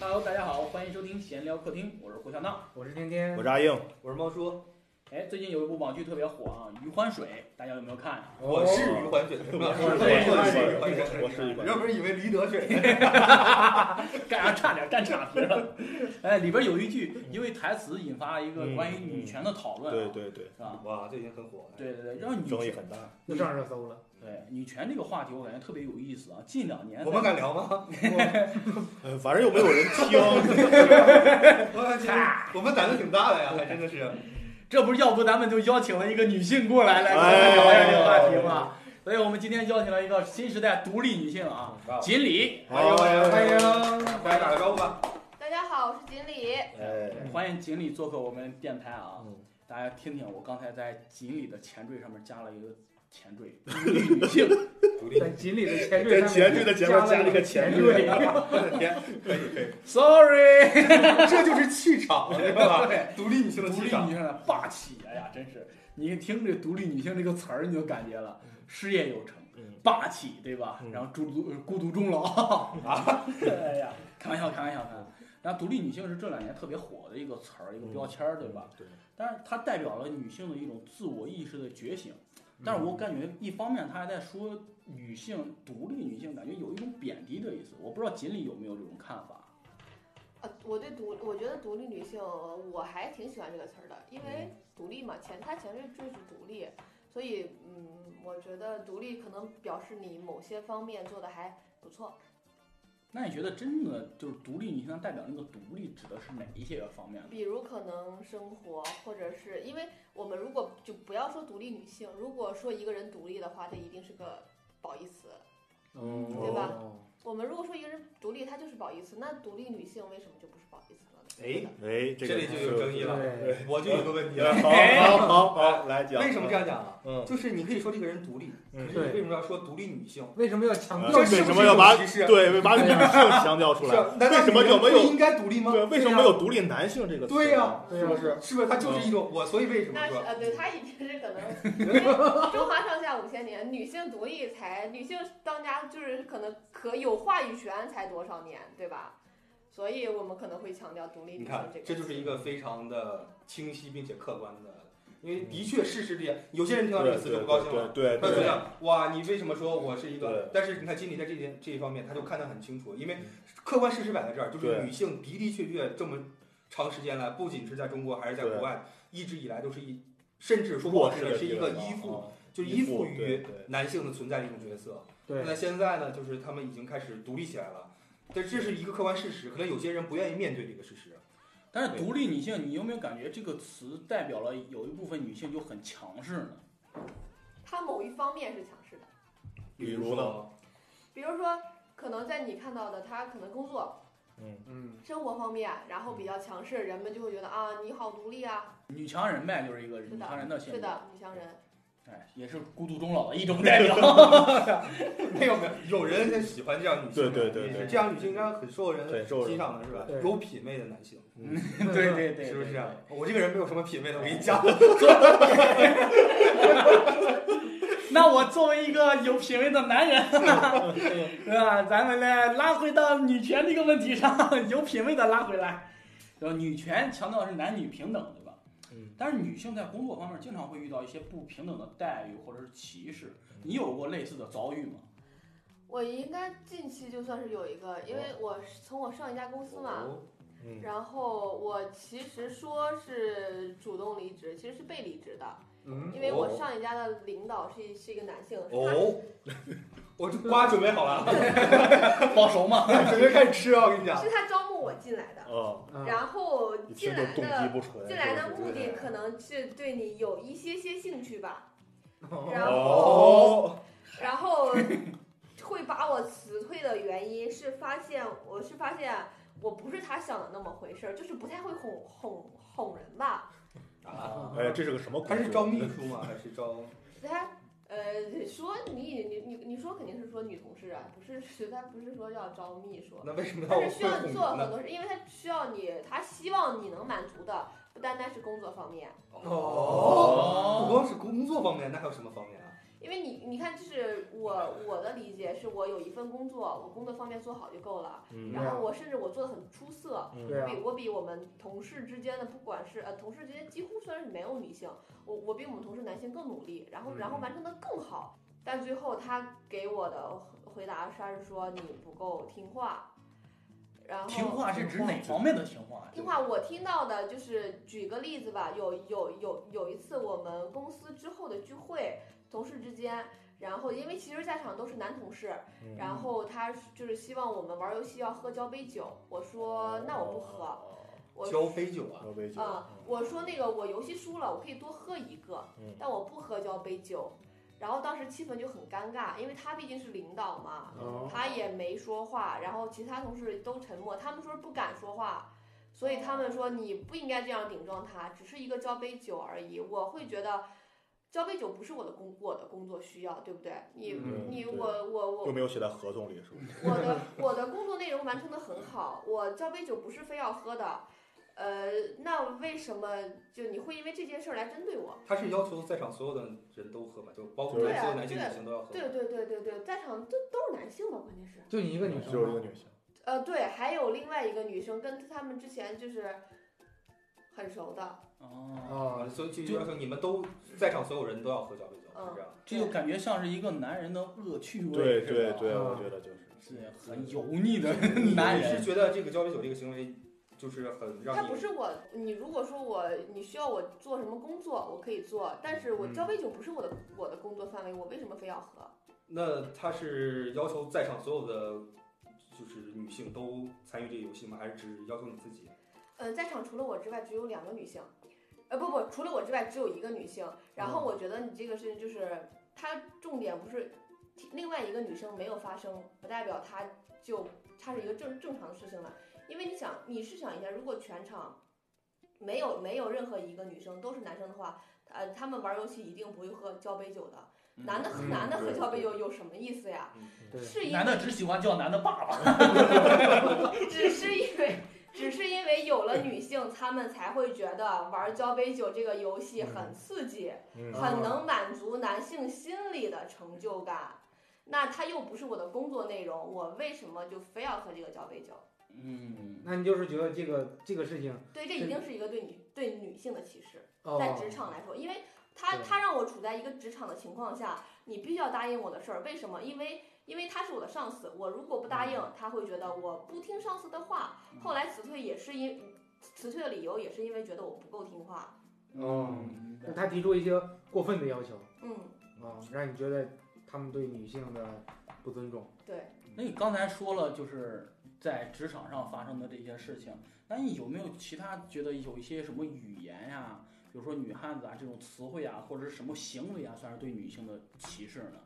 Hello，大家好，欢迎收听闲聊客厅，我是胡小闹。我是天天我，是阿英，我是猫哦叔，哎，最近有一部网剧特别火啊，《余欢水》，大家有没有看？ 我是余欢水，我我对是是我是我是一你要款，不是以为驴得水，干啥差点干岔题 了。哎，里边有一句，因为台词引发一嗯个关于女权的讨论、对，对对，是吧？ 哇，最近很火，对对对，让女争议权很大。又上热搜了。对女权这个话题，我感觉特别有意思啊。近两年我们敢聊吗？呃反正又没有人听，我感觉我们胆子挺大的呀，还真的是，这不是要不咱们就邀请了一个女性过来来跟哎咱们聊一聊这个话题吗？所以我们今天邀请了一个新时代独立女性啊，锦鲤，欢迎欢迎欢迎，大家打个招呼吧。大家好，我是锦鲤。哎，欢迎锦鲤做客我们电台啊。嗯大家听听，我刚才在锦鲤的前缀上面加了一个前缀，女 性。独立，在锦鲤的前缀在上前缀的前面加了一个前缀缀， 我的天，可以可以， Sorry，这就是气场，对啊吧？ 独立女性独的立气女场，性的霸气，哎呀，真是！你一听这“独立女性”这个词儿，你就感觉了，事业有成，嗯霸气，对吧？嗯然后孤独孤独终老 啊！哎呀，开玩笑，开玩笑，开玩笑。然后“独立女性”是这两年特别火的一个词儿，一个标签儿，对吧？？对，但是它代表了女性的一种自我意识的觉醒。嗯但是我感觉一方面他还在说女性独立女性，感觉有一种贬低的意思。我不知道锦鲤有没有这种看法。呃，我对独，我觉得独立女性，我还挺喜欢这个词儿的，因为独立嘛，前它前缀就是独立，所以嗯，我觉得独立可能表示你某些方面做的还不错。那你觉得真的就是独立女性代表那个独立指的是哪一些方面呢？比如可能生活，或者是因为我们如果就不要说独立女性，如果说一个人独立的话，这一定是个褒义词。嗯对吧哦我们如果说一个人独立，她就是褒义词，那独立女性为什么就不是褒义词了呢？哎哎，这这个里就有争议了对，我就有个问题呃了，好好好好，来讲为什么这？样讲啊？嗯，就是你可以说这个人独立，可嗯是你为什么要说独立女性？为什么要强调啊为这是什么不是一要种把歧视啊对把女性强调出是来？啊，难道为什么女人就没不有应该独立吗？对，为什么没有独立男性这个词？对呀对是啊不是？是不是？它就是一种我，所以为什么那是说？呃，对，她已经是可能，因为中华上下五千年，女性独立才，女性当家就是可能可有话语权才多少年，对吧？所以我们可能会强调独立你女看性，这这个就是词。一个非常的清晰并且客观的，因为的确事实这样。有些人听到这个词就不高兴了，嗯对对他就对，想哇，你为什么说我是一个对？但是你看经理在这点这一方面，他就看得很清楚，因为嗯客观事实摆在这儿，就是对女性的的确确这么长时间来，不仅是在中国还是在国外，一直以来都是一，甚至说不好听点是一个依啊附，就依附于男性的存在的一种角色。对那现在呢，就是他们已经开始独立起来了，但这是一个客观事实，可能有些人不愿意面对这个事实。但是独立女性，你有没有感觉这个词代表了有一部分女性就很强势呢？它某一方面是强势的，比如呢？比如说，可能在你看到的，她可能工作、 嗯，生活方面，然后比较强势，人们就会觉得啊，你好独立啊，女强人呗，就是一个女强人的性格，是的，女强人。哎，也是孤独终老的一种代 表。 没有没有，有人喜欢这样女性的，对对对对这样女性应该很受人很受人欣赏的是吧对？有品位的男性，对对对，是不是这对样？我这个人没有什么品位的，我跟你讲， 那我作为一个有品位的男人，是吧？咱们来拉回到女权这个问题上，有品位的拉回来。然后女权强调的是男女平等，对吧？嗯。但是女性在工作方面经常会遇到一些不平等的待遇或者是歧视，你有过类似的遭遇吗？我应该近期就算是有一个，因为我是从我上一家公司嘛，哦嗯然后我其实说是主动离职，其实是被离职的，嗯，因为我哦上一家的领导是一是一个男性，是他 哦，我这瓜准备好了，报仇吗？ 准备开始吃啊！我跟 你讲，是他招募我进来的，啊，啊，然后一进听就来动机的不纯。进来的目的可能是对你有一些些兴趣吧，然后哦，然后会把我辞退的原因是发现我是发现我不是他想的那么回事儿，就是不太会哄哄哄人吧，嗯啊，哎，这是个什么？他是招秘书吗？还是招？他呃说你你你你说肯定是说女同事啊，不是 是他不是说要招秘书，那为什么要他会是需要哄你人做很呢？多事，因为他需要你，他希望你能满足的不单单是工作方面，哦哦，不光是工作方面，那还有什么方面啊？因为你你看，就是我我的理解是我有一份工作，我工作方面做好就够了，嗯啊然后我甚至我做的很出色，对啊嗯比，我比我们同事之间的，不管是呃同事之间几乎虽然是没有女性，我我比我们同事男性更努力，嗯然后然后完成的更好，但最后他给我的回答是他是说你不够听话，然后听话是指哪方面的听啊话？听话，我听到的就是举个例子吧，有有有有一次我们公司之后的聚会，同事之间，然后因为其实在场都是男同事，嗯然后他就是希望我们玩游戏要喝交杯酒，我说哦那我不喝，我交杯酒啊，喝杯酒，嗯，我说那个我游戏输了，我可以多喝一个嗯，但我不喝交杯酒。然后当时气氛就很尴尬，因为他毕竟是领导嘛，哦他也没说话，然后其他同事都沉默，他们说不敢说话，所以他们说你不应该这样顶撞他，只是一个交杯酒而已。我会觉得。交杯酒不是我的工我的工作需要，对不对？你、嗯你对我我我又没有写在合同里，是不是？ 我的我的工作内容完成的很好，我交杯酒不是非要喝的，呃，那为什么就你会因为这件事儿来针对我？他是要求在场所有的人都喝嘛，就包括对所有啊男性、对女性都要喝。对对对对对，在场都都是男性吧，关键是，就你一个女只有一生个吗，女性，呃，对，还有另外一个女生跟他们之前就是很熟的，哦，哦啊，，所以就要求你们都在场所有人都要喝交杯酒，是这样。这就感觉像是一个男人的恶趣味，对是对吧对，嗯我觉得就是，是很油腻的 男 你是人。觉得这个交杯酒这个行为就是很让他你不是我，你如果说我你需要我做什么工作，我可以做，但是我嗯交杯酒不是我的我的工作范围，我为什么非要喝？那他是要求在场所有的就是女性都参与这个游戏吗？还是只要求你自己？呃，在场除了我之外只有两个女性，呃，不不，除了我之外只有一个女性。然后我觉得你这个事情就是，她重点不是提另外一个女生没有发生，不代表她就她是一个正正常的事情了。因为你想，你试想一下，如果全场没有没有任何一个女生都是男生的话，呃，他们玩游戏一定不会喝交杯酒的。男的喝嗯男的喝对交杯酒有什么意思呀？对是嗯因为男的只喜欢叫男的爸爸，只是因为，只是因为有了女性，她们才会觉得玩交杯酒这个游戏很刺激，嗯很能满足男性心理的成就感。那它又不是我的工作内容，我为什么就非要喝这个交杯酒？嗯，那你就是觉得这个这个事情，对，这一定是一个对女对女性的歧视，哦，在职场来说，因为他对他让我处在一个职场的情况下，你必须要答应我的事儿，为什么？因为因为他是我的上司，我如果不答应，嗯他会觉得我不听上司的话。嗯后来辞退也是因辞退的理由也是因为觉得我不够听话。哦嗯那他提出一些过分的要求嗯，啊，让你觉得他们对女性的不尊重。对，那你刚才说了，就是在职场上发生的这些事情，那你有没有其他觉得有一些什么语言呀、比如说女汉子啊这种词汇啊，或者是什么行为啊，算是对女性的歧视呢？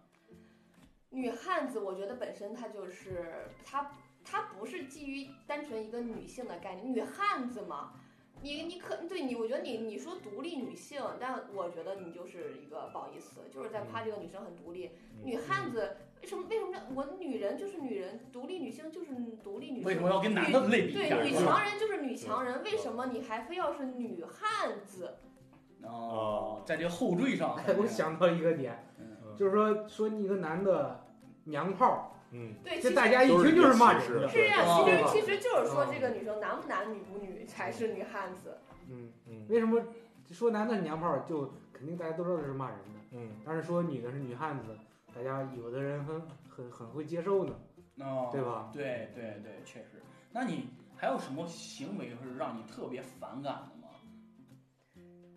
女汉子我觉得本身她就是她她不是基于单纯一个女性的概念，女汉子嘛。你你可对你，我觉得你你说独立女性，但我觉得你就是一个不好意思，就是在嗯夸这个女生很独立。女汉子为什么为什么我女人就是女人，独立女性就是独立女性？为什么要跟男的类比一下？对，女是吧强人就是女强人，为什么你还非要是女汉子？哦，在这个后缀上， 哎，我想到一个点，嗯，就是说说你一个男的娘炮，嗯，对，其这实大家一听就是骂你嗯的。都是啊是呀、哦其对实吧其实就是嗯说这个女生男不男女不女才是女汉子。嗯，嗯为什么说男的是娘炮，就肯定大家都知道这是骂人的，嗯，但是说女的是女汉子，大家有的人很很很会接受呢，哦，对吧？对对对，确实。那你还有什么行为是让你特别反感的吗？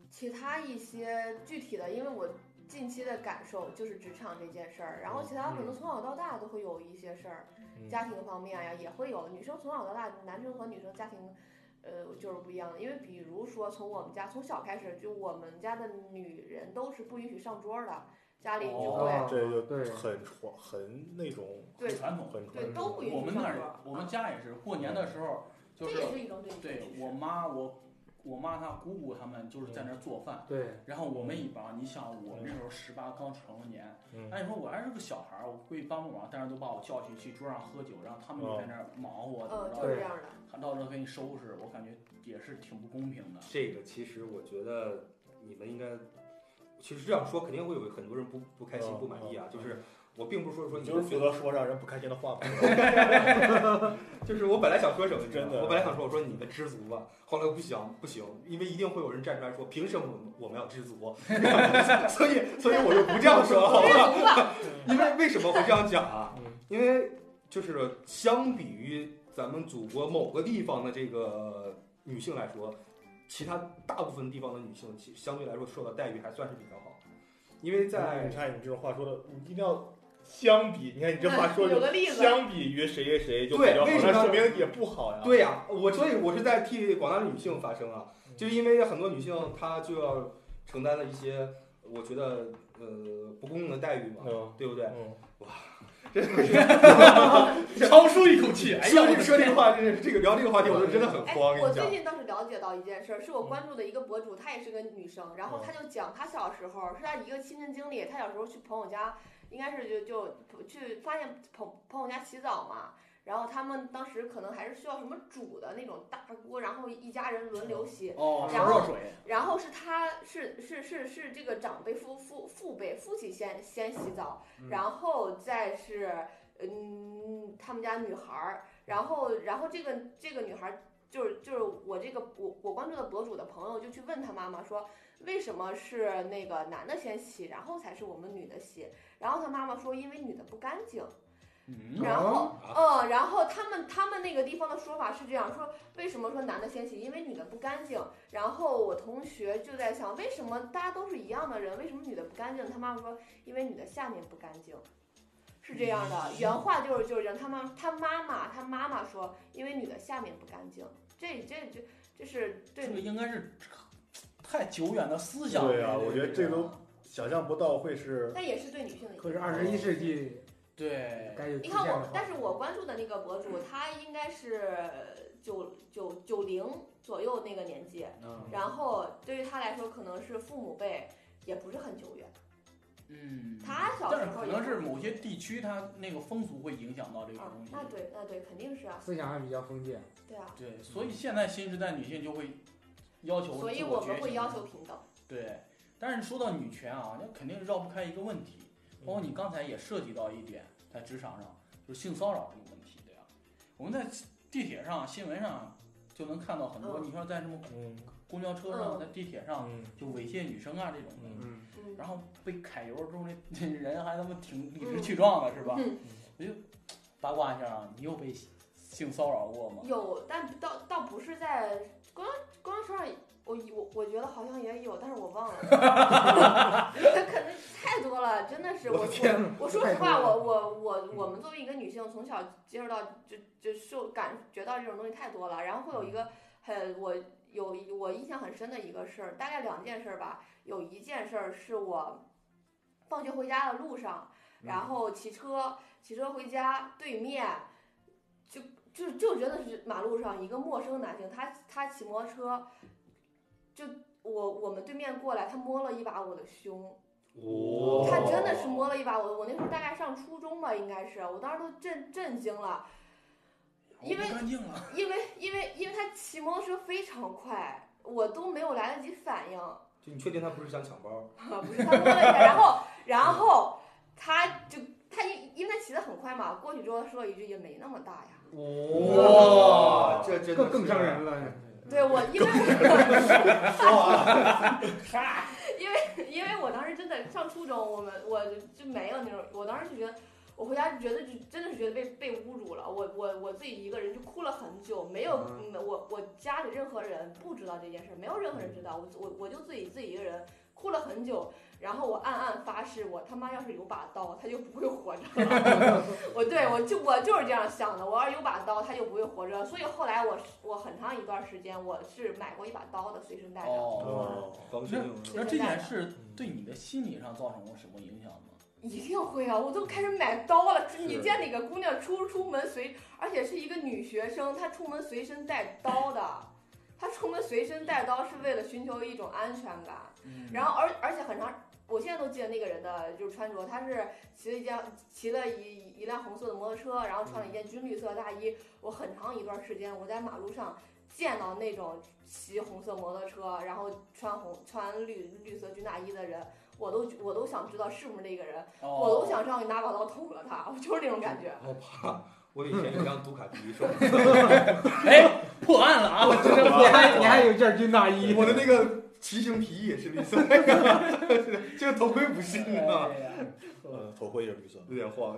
其他一些具体的，因为我近期的感受就是职场这件事儿，然后其他嗯可能从小到大都会有一些事儿，嗯家庭方面呀、也会有。女生从小到大，男生和女生家庭。呃，就是不一样的，因为比如说从我们家从小开始，就我们家的女人都是不允许上桌儿的，家里聚会，哦这就对很传很那种对很传统，很传对统，都不允许我们上那儿桌也儿，我们家也是过年的时候，就这也是是一种对你的对歧视我妈我。我妈她姑姑她们就是在那儿做饭，对，然后我们一帮，你想我那时候十八刚成年，哎嗯按理说我还是个小孩儿，我过去帮帮忙，但是都把我叫去去桌上喝酒，然后他们就在那儿忙活，怎么着嗯，就对是这样的。还到这给你收拾，我感觉也是挺不公平的。这个其实我觉得你们应该，其实这样说肯定会有很多人不不开心、嗯不满意啊。嗯就是我并不是说说你你就是负觉责得，说让人不开心的话嘛。就是我本来想说什么，你知道吗真的我本来想说我说你们知足吧，后来我不想不行，因为一定会有人站出来说凭什么我们要知足，啊 所以所以我就不这样说好吧？ 因为为什么会这样讲啊？嗯因为就是相比于咱们祖国某个地方的这个女性来说，其他大部分地方的女性其相对来说受到待遇还算是比较好，因为在你看你这种话说的，你一定要相比，你看你这话说嗯有个的，例子，相比于谁谁谁就比对较好，为什么那说明也不好呀。对呀、我所以我是在替广大女性发声啊，就是因为很多女性她就要承担了一些我觉得呃不公正的待遇嘛，嗯，对不对？嗯，真的是长舒一口气。哎呀，说我这的说这天个话，这这个聊这个话题，我就真的很哎，慌，跟我你最讲。近倒是了解到一件事儿，是我关注的一个博主，她也是个女生，然后她就讲她小时候是她一个亲身经历，她小时候去朋友家，应该是就就去发现朋朋友家洗澡嘛。然后他们当时可能还是需要什么煮的那种大锅，然后一家人轮流洗，哦，烧然后热水，然后是他是是是是这个长辈父父父辈父亲先先洗澡，嗯然后再是嗯他们家女孩儿，然后然后这个这个女孩儿就是就是我这个我我关注的博主的朋友就去问他妈妈说为什么是那个男的先洗，然后才是我们女的洗，然后他妈妈说因为女的不干净。嗯，然后，啊嗯，然后他们他们那个地方的说法是这样说：为什么说男的先洗？因为女的不干净。然后我同学就在想，为什么大家都是一样的人，为什么女的不干净？他妈妈说，因为女的下面不干净，是这样的。嗯原话就是就是这样。他妈他妈妈他妈妈说，因为女的下面不干净。这这这这是对这个应该是太久远的思想了。对啊，我觉得这个都想象不到会是，但也是对女性的一个可是二十一世纪对，该有你出看现我的，但是我关注的那个博主，他应该是九九九零左右那个年纪，嗯然后对于他来说，可能是父母辈也不是很久远，嗯，他小但时是候可也能是某些地区它那个风俗会影响到这个啊东，西。那对那对肯定是啊，思想还比较封建，对啊，对，所以现在新时代女性就会要求，所以我们会要求。平等，对，但是说到女权啊，那肯定绕不开一个问题，包括你刚才也涉及到一点，在职场上就是性骚扰这个问题，对吧？我们在地铁上、新闻上就能看到很多，嗯你说在什么嗯公交车上、嗯在地铁上嗯就猥亵女生啊这种的。嗯嗯，嗯，然后被揩油之后，那那 人还他妈挺理直气壮的，是吧？嗯我就八卦一下啊，你有被性骚扰过吗？有，但倒倒不是在公交公交车上，我我我觉得好像也有，但是我 忘了， 可能太多了，真的是嗯我我的天，我说实话，我我我我们作为一个女性，从小接触到就就受感觉到这种东西太多了，然后会有一个很我有一我印象很深的一个事儿，大概两件事儿吧，有一件事儿是我放学回家的路上，然后骑车骑车回家，对面就就就真的是马路上一个陌生男性，他他骑摩托车，就我我们对面过来，他摸了一把我的胸。哇他真的是摸了一把我，我那时候大概上初中吧，应该是，我当时都震震惊了，因为我不干净了，因为因为因为他骑摩托车非常快，我都没有来得及反应，就你确定他不是想抢包？不是他摸了一下，然后然后他就他因因为他骑得很快嘛，过去之后说了一句也没那么大呀，哇，这真的更更伤人了。对我因为我。哇！嗨，因为我当时真的上初中，我们我就没有那种，我当时就觉得，我回家就觉得就真的是觉得被被侮辱了，我我我自己一个人就哭了很久，没有、嗯 嗯、我我家里任何人不知道这件事，没有任何人知道，我我我就自己自己一个人哭了很久，然后我暗暗发誓，我他妈要是有把刀，他就不会活着了。我对我就我就是这样想的，我要是有把刀，他就不会活着了。所以后来我是我很长一段时间我是买过一把刀的，随身带着。哦，防身用那这件事对你的心理上造成过什么影响吗？一定会啊！我都开始买刀了。是你见哪个姑娘出出门随，而且是一个女学生，她出门随身带刀的。她出门随身带刀是为了寻求一种安全感。然后而而且很长，我现在都记得那个人的就是穿着，他是骑了一辆骑了一一辆红色的摩托车，然后穿了一件军绿色的大衣。我很长一段时间我在马路上见到那种骑红色摩托车，然后穿红穿绿绿色军大衣的人。我都我都想知道是不是那个人，哦我都想上去拿把刀捅了他，我就是那种感觉。我怕我以前也让杜卡迪说，哎，破案了啊！我真的破你还你案还了。有件军大衣，我的那个骑行皮也是绿色的， 这个头盔不是哎啊，嗯，头盔也是绿色的。有点晃。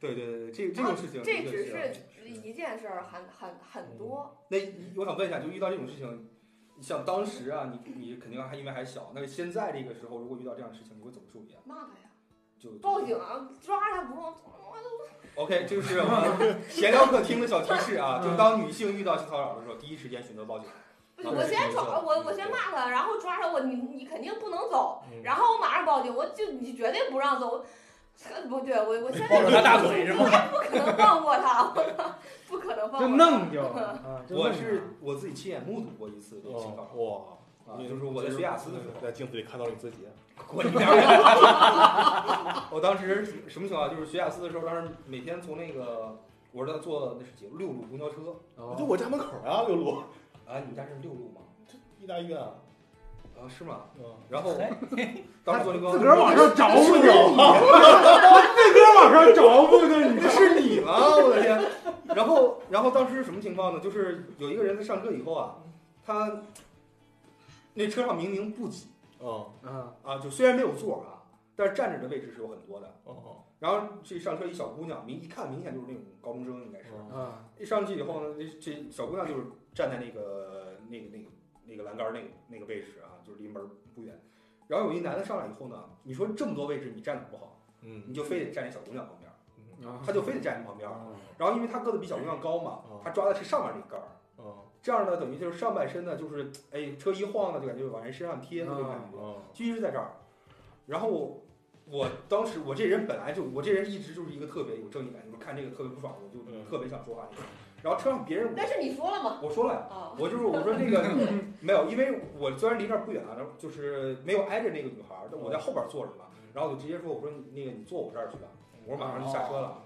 对对对对，这这然后种事情，哦这个只是啊是一件事儿，很很很多。那你我想问一下，就遇到这种事情，像当时啊，你你肯定还因为还小，那现在这个时候如果遇到这样的事情，你会怎么处理啊？那个呀，就报警啊，抓他不用。 OK，这就是我 们闲聊客厅的小提示啊，就当女性遇到性骚扰的时候，第一时间选择报警。不是，我先抓我，我先骂他，然后抓着我，你你肯定不能走，嗯然后我马上报警，我就你绝对不让走，我不对，我我现在抱着他大腿是吗？不可能放过他，我操，不可能放就过他。弄就啊，就弄我他是我自己亲眼目睹过一次这个性骚哇！扰啊，就是我在学雅思的时候，在镜子里看到你自己，滚你娘！啊 我当时什么情况？啊就是学雅思的时候，当时每天从那个我是在坐那是几路六路公交车就哦，我家门口啊，刘璐，啊，你们家是六路吗？医大医院啊，啊，是吗？嗯，然后哎当时坐那个自个儿往上找不是着，自个儿往上找 不着，你啊那是你吗？我的天！然后，然后当时是什么情况呢？就是有一个人他上车以后啊，他那车上明明不挤嗯，啊，啊，就虽然没有座儿啊，但是站着的位置是有很多的。哦，然后这上车一小姑娘，明一看明显就是那种高中生，应该是。啊，一上去以后呢，这这小姑娘就是站在那个那个那个那个栏杆儿那个那个位置啊，就是离门儿不远。然后有一男的上来以后呢，你说这么多位置你站的不好，嗯，你就非得站那小姑娘旁边儿，啊他就非得站你旁边儿。嗯，然后因为他个子比小姑娘高嘛哦，他抓的是上面那杆儿，嗯，这样呢，等于就是上半身呢，就是哎车一晃呢，就感觉往人身上贴那种感觉，嗯，居是在这儿。然后我我当时我这人本来就我这人一直就是一个特别有正义感，就是看这个特别不爽，我就嗯特别想说话那种。然后车上别人但是你说了嘛，我说了呀，啊，我哦就是我说那个没有，因为我虽然离那儿不远啊，然后就是没有挨着那个女孩儿，但我在后边坐着嘛，嗯然后我就直接说我说你那个你坐我这儿去吧，我说马上就下车哦了。啊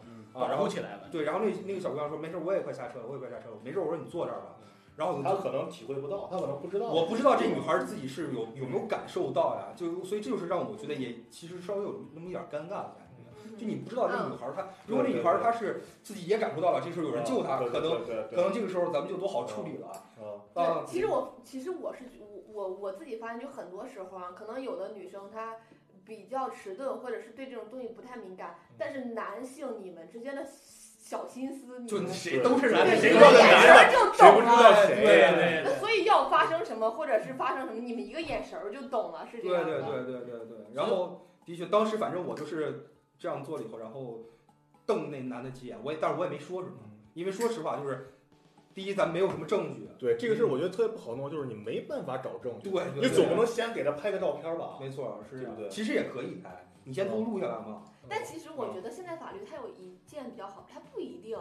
然后保护起来了。对，然后那那个小姑娘说没事，我也快下车了，我也快下车了，没事，我说你坐这儿吧。嗯然后我他就可能体会不到，他可能不知道，我不知道这女孩儿自己是有有没有感受到呀，就所以这就是让我觉得也其实稍微有那么一点儿尴尬的感觉。嗯就你不知道这女孩儿她，如果这女孩儿她是自己也感受到了，这时候有人救嗯她，对可能，对对可对，能这个时候咱们就都好处理了嗯，啊对，。其实我其实我是我我我自己发现，就很多时候啊，可能有的女生她比较迟钝，或者是对这种东西不太敏感，嗯但是男性你们之间的小心思，你就们谁都是男的，对谁你都们是眼男的。神儿就谁不懂知了。道谁？对对对，所以要发生什么，或者是发生什么，你们一个眼神儿就懂了，是这对样的。对对对对对。然后的确，当时反正我就是这样做了以后，然后瞪那男的几眼，我也但是我也没说什么。因为说实话，就是第一，咱们没有什么证据。对，这个事儿我觉得特别不好弄，就是你没办法找证据，对，对你对总不能先给他拍个照片吧？没错，是这样对不对其实也可以拍，你先都录下来嘛。嗯但其实我觉得现在法律它有一件比较好，它不一定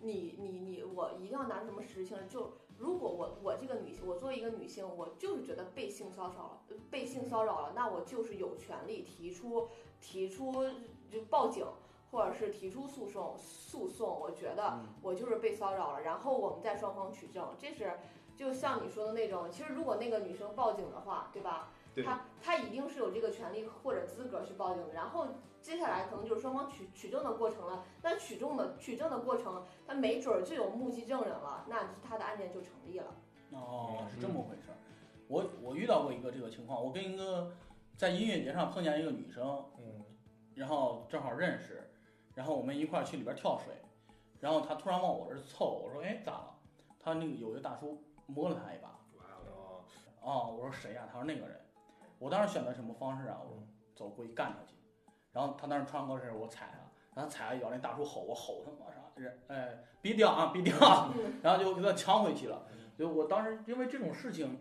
你你你我一定要拿出什么实情来。就如果我我这个女性，我作为一个女性，我就是觉得被性骚扰了，呃被性骚扰了，那我就是有权利提出提出就报警。或者是提出诉讼，诉讼，我觉得我就是被骚扰了，然后我们再双方取证，这是就像你说的那种。其实如果那个女生报警的话，对吧？对她她一定是有这个权利或者资格去报警的。然后接下来可能就是双方取取证的过程了。那取证的取证的过程，那没准儿就有目击证人了，那他的案件就成立了。哦，是这么回事儿。我我遇到过一个这个情况，我跟一个在音乐节上碰见一个女生，嗯，然后正好认识，然后我们一块儿去里边跳水，然后她突然往我这儿凑，我说哎咋了？她那个有一个大叔摸了她一把，哦啊、我说谁呀、他说那个人。我当时选择什么方式啊？我说走过去干他去。然后他当时穿高跟鞋，我踩了，然后踩了一脚，那大叔吼我吼他马上人哎别掉啊别掉啊，然后就给他抢回去了。所以我当时因为这种事情，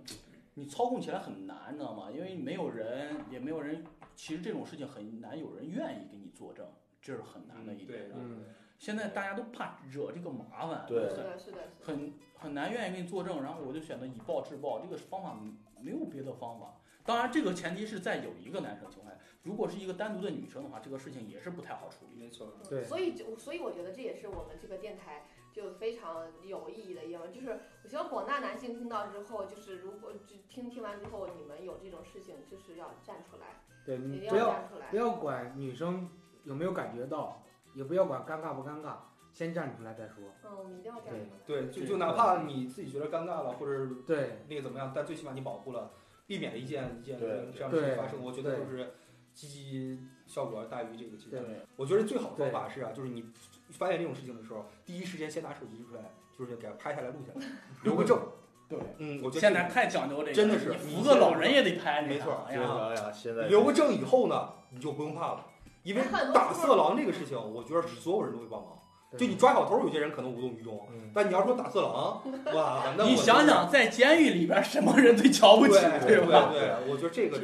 你操控起来很难，你知道吗？因为没有人，也没有人，其实这种事情很难有人愿意给你作证，这是很难的一点对。嗯，现在大家都怕惹这个麻烦，对是的，是的，是的。很很难愿意给你作证，然后我就选择以暴制暴，这个方法没有别的方法。当然，这个前提是在有一个男生情况下，如果是一个单独的女生的话，这个事情也是不太好处理。没错，对所以就所以我觉得这也是我们这个电台就非常有意义的一文，就是我希望广大男性听到之后，就是如果就听听完之后，你们有这种事情，就是要站出来，对一你嗯定不要站出来不。要管女生有没有感觉到，也不要管尴尬不尴尬，先站出来再说。嗯，我们一定要站出来。对，就对就哪怕你自己觉得尴尬了，或者是对那个怎么样，但最起码你保护了，避免了一件一件对这样的事对情发生。我觉得对就是积极效果大于这个积极对。我觉得最好的方法是啊，就是你发现这种事情的时候，第一时间先拿手机出来，就是给它拍下来录下来，留个证。对，嗯，我觉得现在太讲究这个，真的是你扶个老人也得拍，没错哎真呀，的哎呀，现在留个证以后呢，你就不用怕了，因为打色狼这个事情，我觉得所有人都会帮忙。对就你抓小偷，有些人可能无动于衷，啊嗯，但你要说打色狼，哇，那我你想想，在监狱里边什么人最 瞧不起，对对吧？对，我觉得这个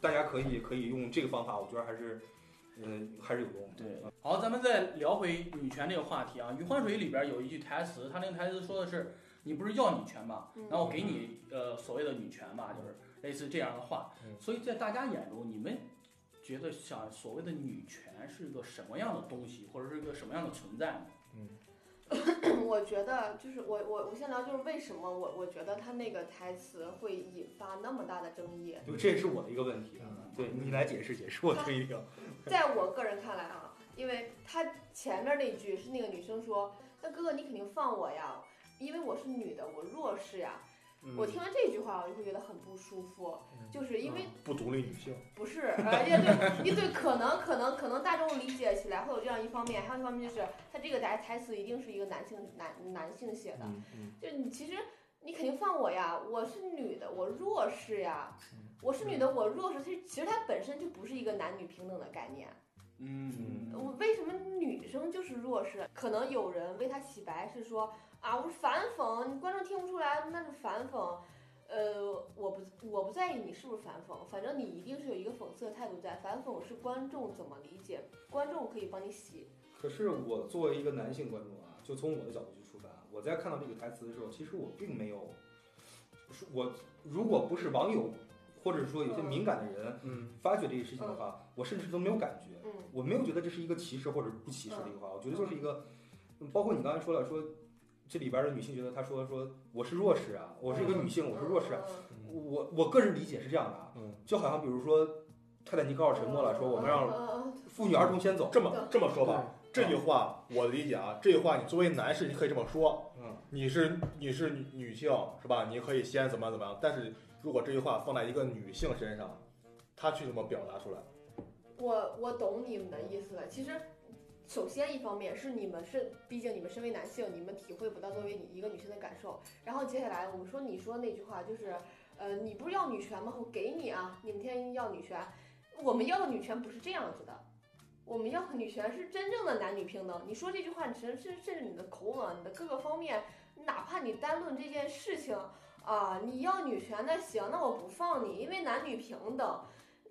大家可以可以用这个方法，我觉得还是嗯还是有用。对，好，咱们再聊回女权这个话题啊。《余欢水》里边有一句台词，他那个台词说的是：“你不是要女权吗？嗯然后我给你呃所谓的女权吧，就是类似这样的话。”嗯所以在大家眼中，你们觉得想所谓的女权是个什么样的东西，或者是一个什么样的存在呢？ 我觉得就是我我我先聊就是为什么我我觉得他那个台词会引发那么大的争议，就这也是我的一个问题啊，嗯对你来解释解释，我听嗯一听。在我个人看来啊，因为他前面那句是那个女生说：“那哥哥你肯定放我呀，因为我是女的，我弱势呀。”嗯我听完这句话，我就会觉得很不舒服，嗯就是因为不独立女性，不是，呃，也对，也对，可能可能可能大众理解起来会有这样一方面，还有一方面就是他这个台台词一定是一个男性男男性写的，嗯嗯，就你其实你肯定放我呀，我是女的，我弱势呀，我是女的，我弱势，其实其实它本身就不是一个男女平等的概念。嗯我为什么女生就是弱势？可能有人为她洗白，是说啊，我是反讽，你观众听不出来那是反讽。呃，我不我不在意你是不是反讽，反正你一定是有一个讽刺的态度在。反讽是观众怎么理解，观众可以帮你洗。可是我作为一个男性观众啊，就从我的角度去出发，我在看到这个台词的时候，其实我并没有，是我如果不是网友，或者说有些敏感的人嗯，发觉这个事情的话，我甚至都没有感觉，嗯我没有觉得这是一个歧视或者不歧视的一个话，我觉得就是一个，嗯包括你刚才说了说。这里边的女性觉得，她说说我是弱势啊，我是一个女性，我是弱势啊。嗯我我个人理解是这样的啊，嗯，就好像比如说《泰坦尼克号》沉没了，说我们让嗯妇女儿童先走，这么这么说吧，这句话我理解啊，这句话你作为男士你可以这么说，嗯，你是你是女女性是吧？你可以先怎么样怎么样，但是如果这句话放在一个女性身上，她去怎么表达出来？嗯我我懂你们的意思了。其实，首先一方面是你们是，毕竟你们身为男性，你们体会不到作为你一个女性的感受。然后接下来我们说你说那句话就是，呃，你不是要女权吗？我给你啊，你们天天要女权，我们要的女权不是这样子的。我们要的女权是真正的男女平等。你说这句话，你甚甚甚至你的口吻、你的各个方面，哪怕你单论这件事情啊，你要女权那行，那我不放你，因为男女平等。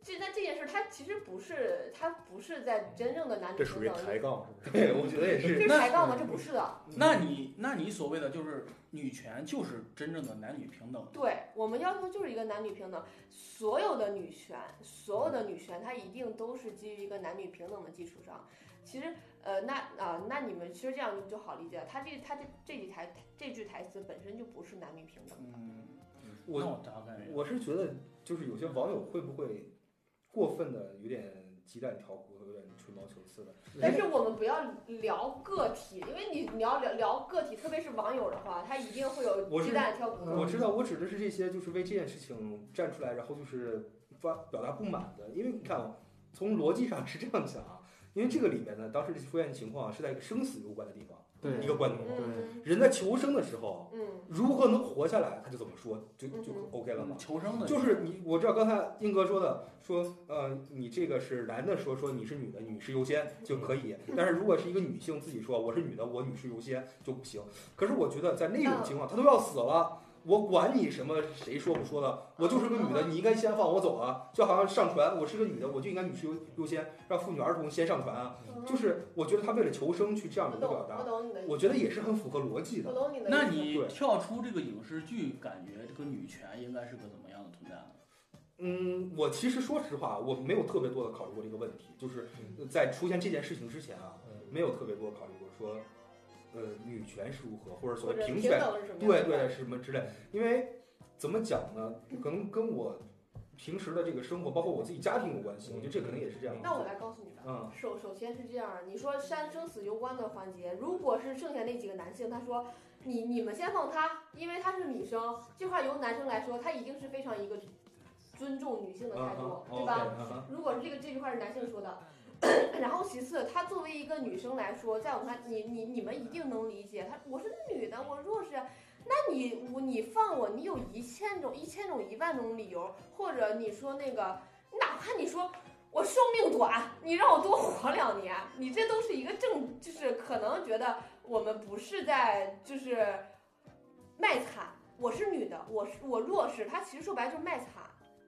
这那这件事，它其实不是，它不是在真正的男女这平属等，于抬杠，是不是？对，我觉得也是这是抬杠吗？这不是的。那你那你所谓的就是女权，就是真正的男女平等。对我们要求就是一个男女平等，所有的女权，所有的女权，它一定都是基于一个男女平等的基础上。其实，呃，那啊、那你们其实这样就好理解了。他这他这这句台这句台词本身就不是男女平等。嗯，我那我大概我是觉得，就是有些网友会不会过分的有点鸡蛋挑骨头，有点吹毛求疵的？但是我们不要聊个体，因为你你要聊聊个体，特别是网友的话，他一定会有我是鸡蛋挑骨嗯头。我知道，我指的是这些，就是为这件事情站出来，然后就是发表达不满的。因为你看，啊从逻辑上是这样想啊，因为这个里面呢，当时出现的情况是在一个生死攸关的地方，对，一个关头，嗯人在求生的时候，嗯如何能活下来，他就怎么说，就就嗯 OK 了嘛。求生的就是你，我知道刚才英哥说的，说呃，你这个是男的说说你是女的，女士优先就可以。但是如果是一个女性自己说我是女的，我女士优先就不行。可是我觉得在那种情况，她都要死了，我管你什么谁说不说的，我就是个女的，你应该先放我走啊！就好像上船，我是个女的，我就应该女士优优先，让妇女儿童先上船啊！嗯，就是我觉得他为了求生去这样我的一个懂表我达，懂你的意思，我觉得也是很符合逻辑我的。懂你的意思。那你对跳出这个影视剧，感觉这个女权应该是个怎么样的存在呢？嗯，我其实说实话，我没有特别多的考嗯嗯虑过这个问题，就是在出现这件事情之前啊，没有特别多考虑过说呃女权是如何，或者所或谓者平平权，等是什么样的？对对什么之嗯类。因为怎么讲呢？可能跟我平时的这个生活，包括我自己家庭有关系。我觉得这可能也是这样的。那我来告诉你吧。嗯，首首先是这样，你说删生死攸关的环节，如果是剩下那几个男性，他说你你们先放他，因为他是女生，这话由男生来说，他一定是非常一个尊重女性的态度，嗯对吧？吧？如果是这个这句话是男性说的， 然后其次，她作为一个女生来说，在我看你你你们一定能理解，她我是女的，我弱势，那你我你放我，你有一千种一千种一万种理由，或者你说那个，哪怕你说。我寿命短，你让我多活两年，你这都是一个正，就是可能觉得我们不是在就是卖惨，我是女的，我是我弱势，她其实说白了就是卖惨，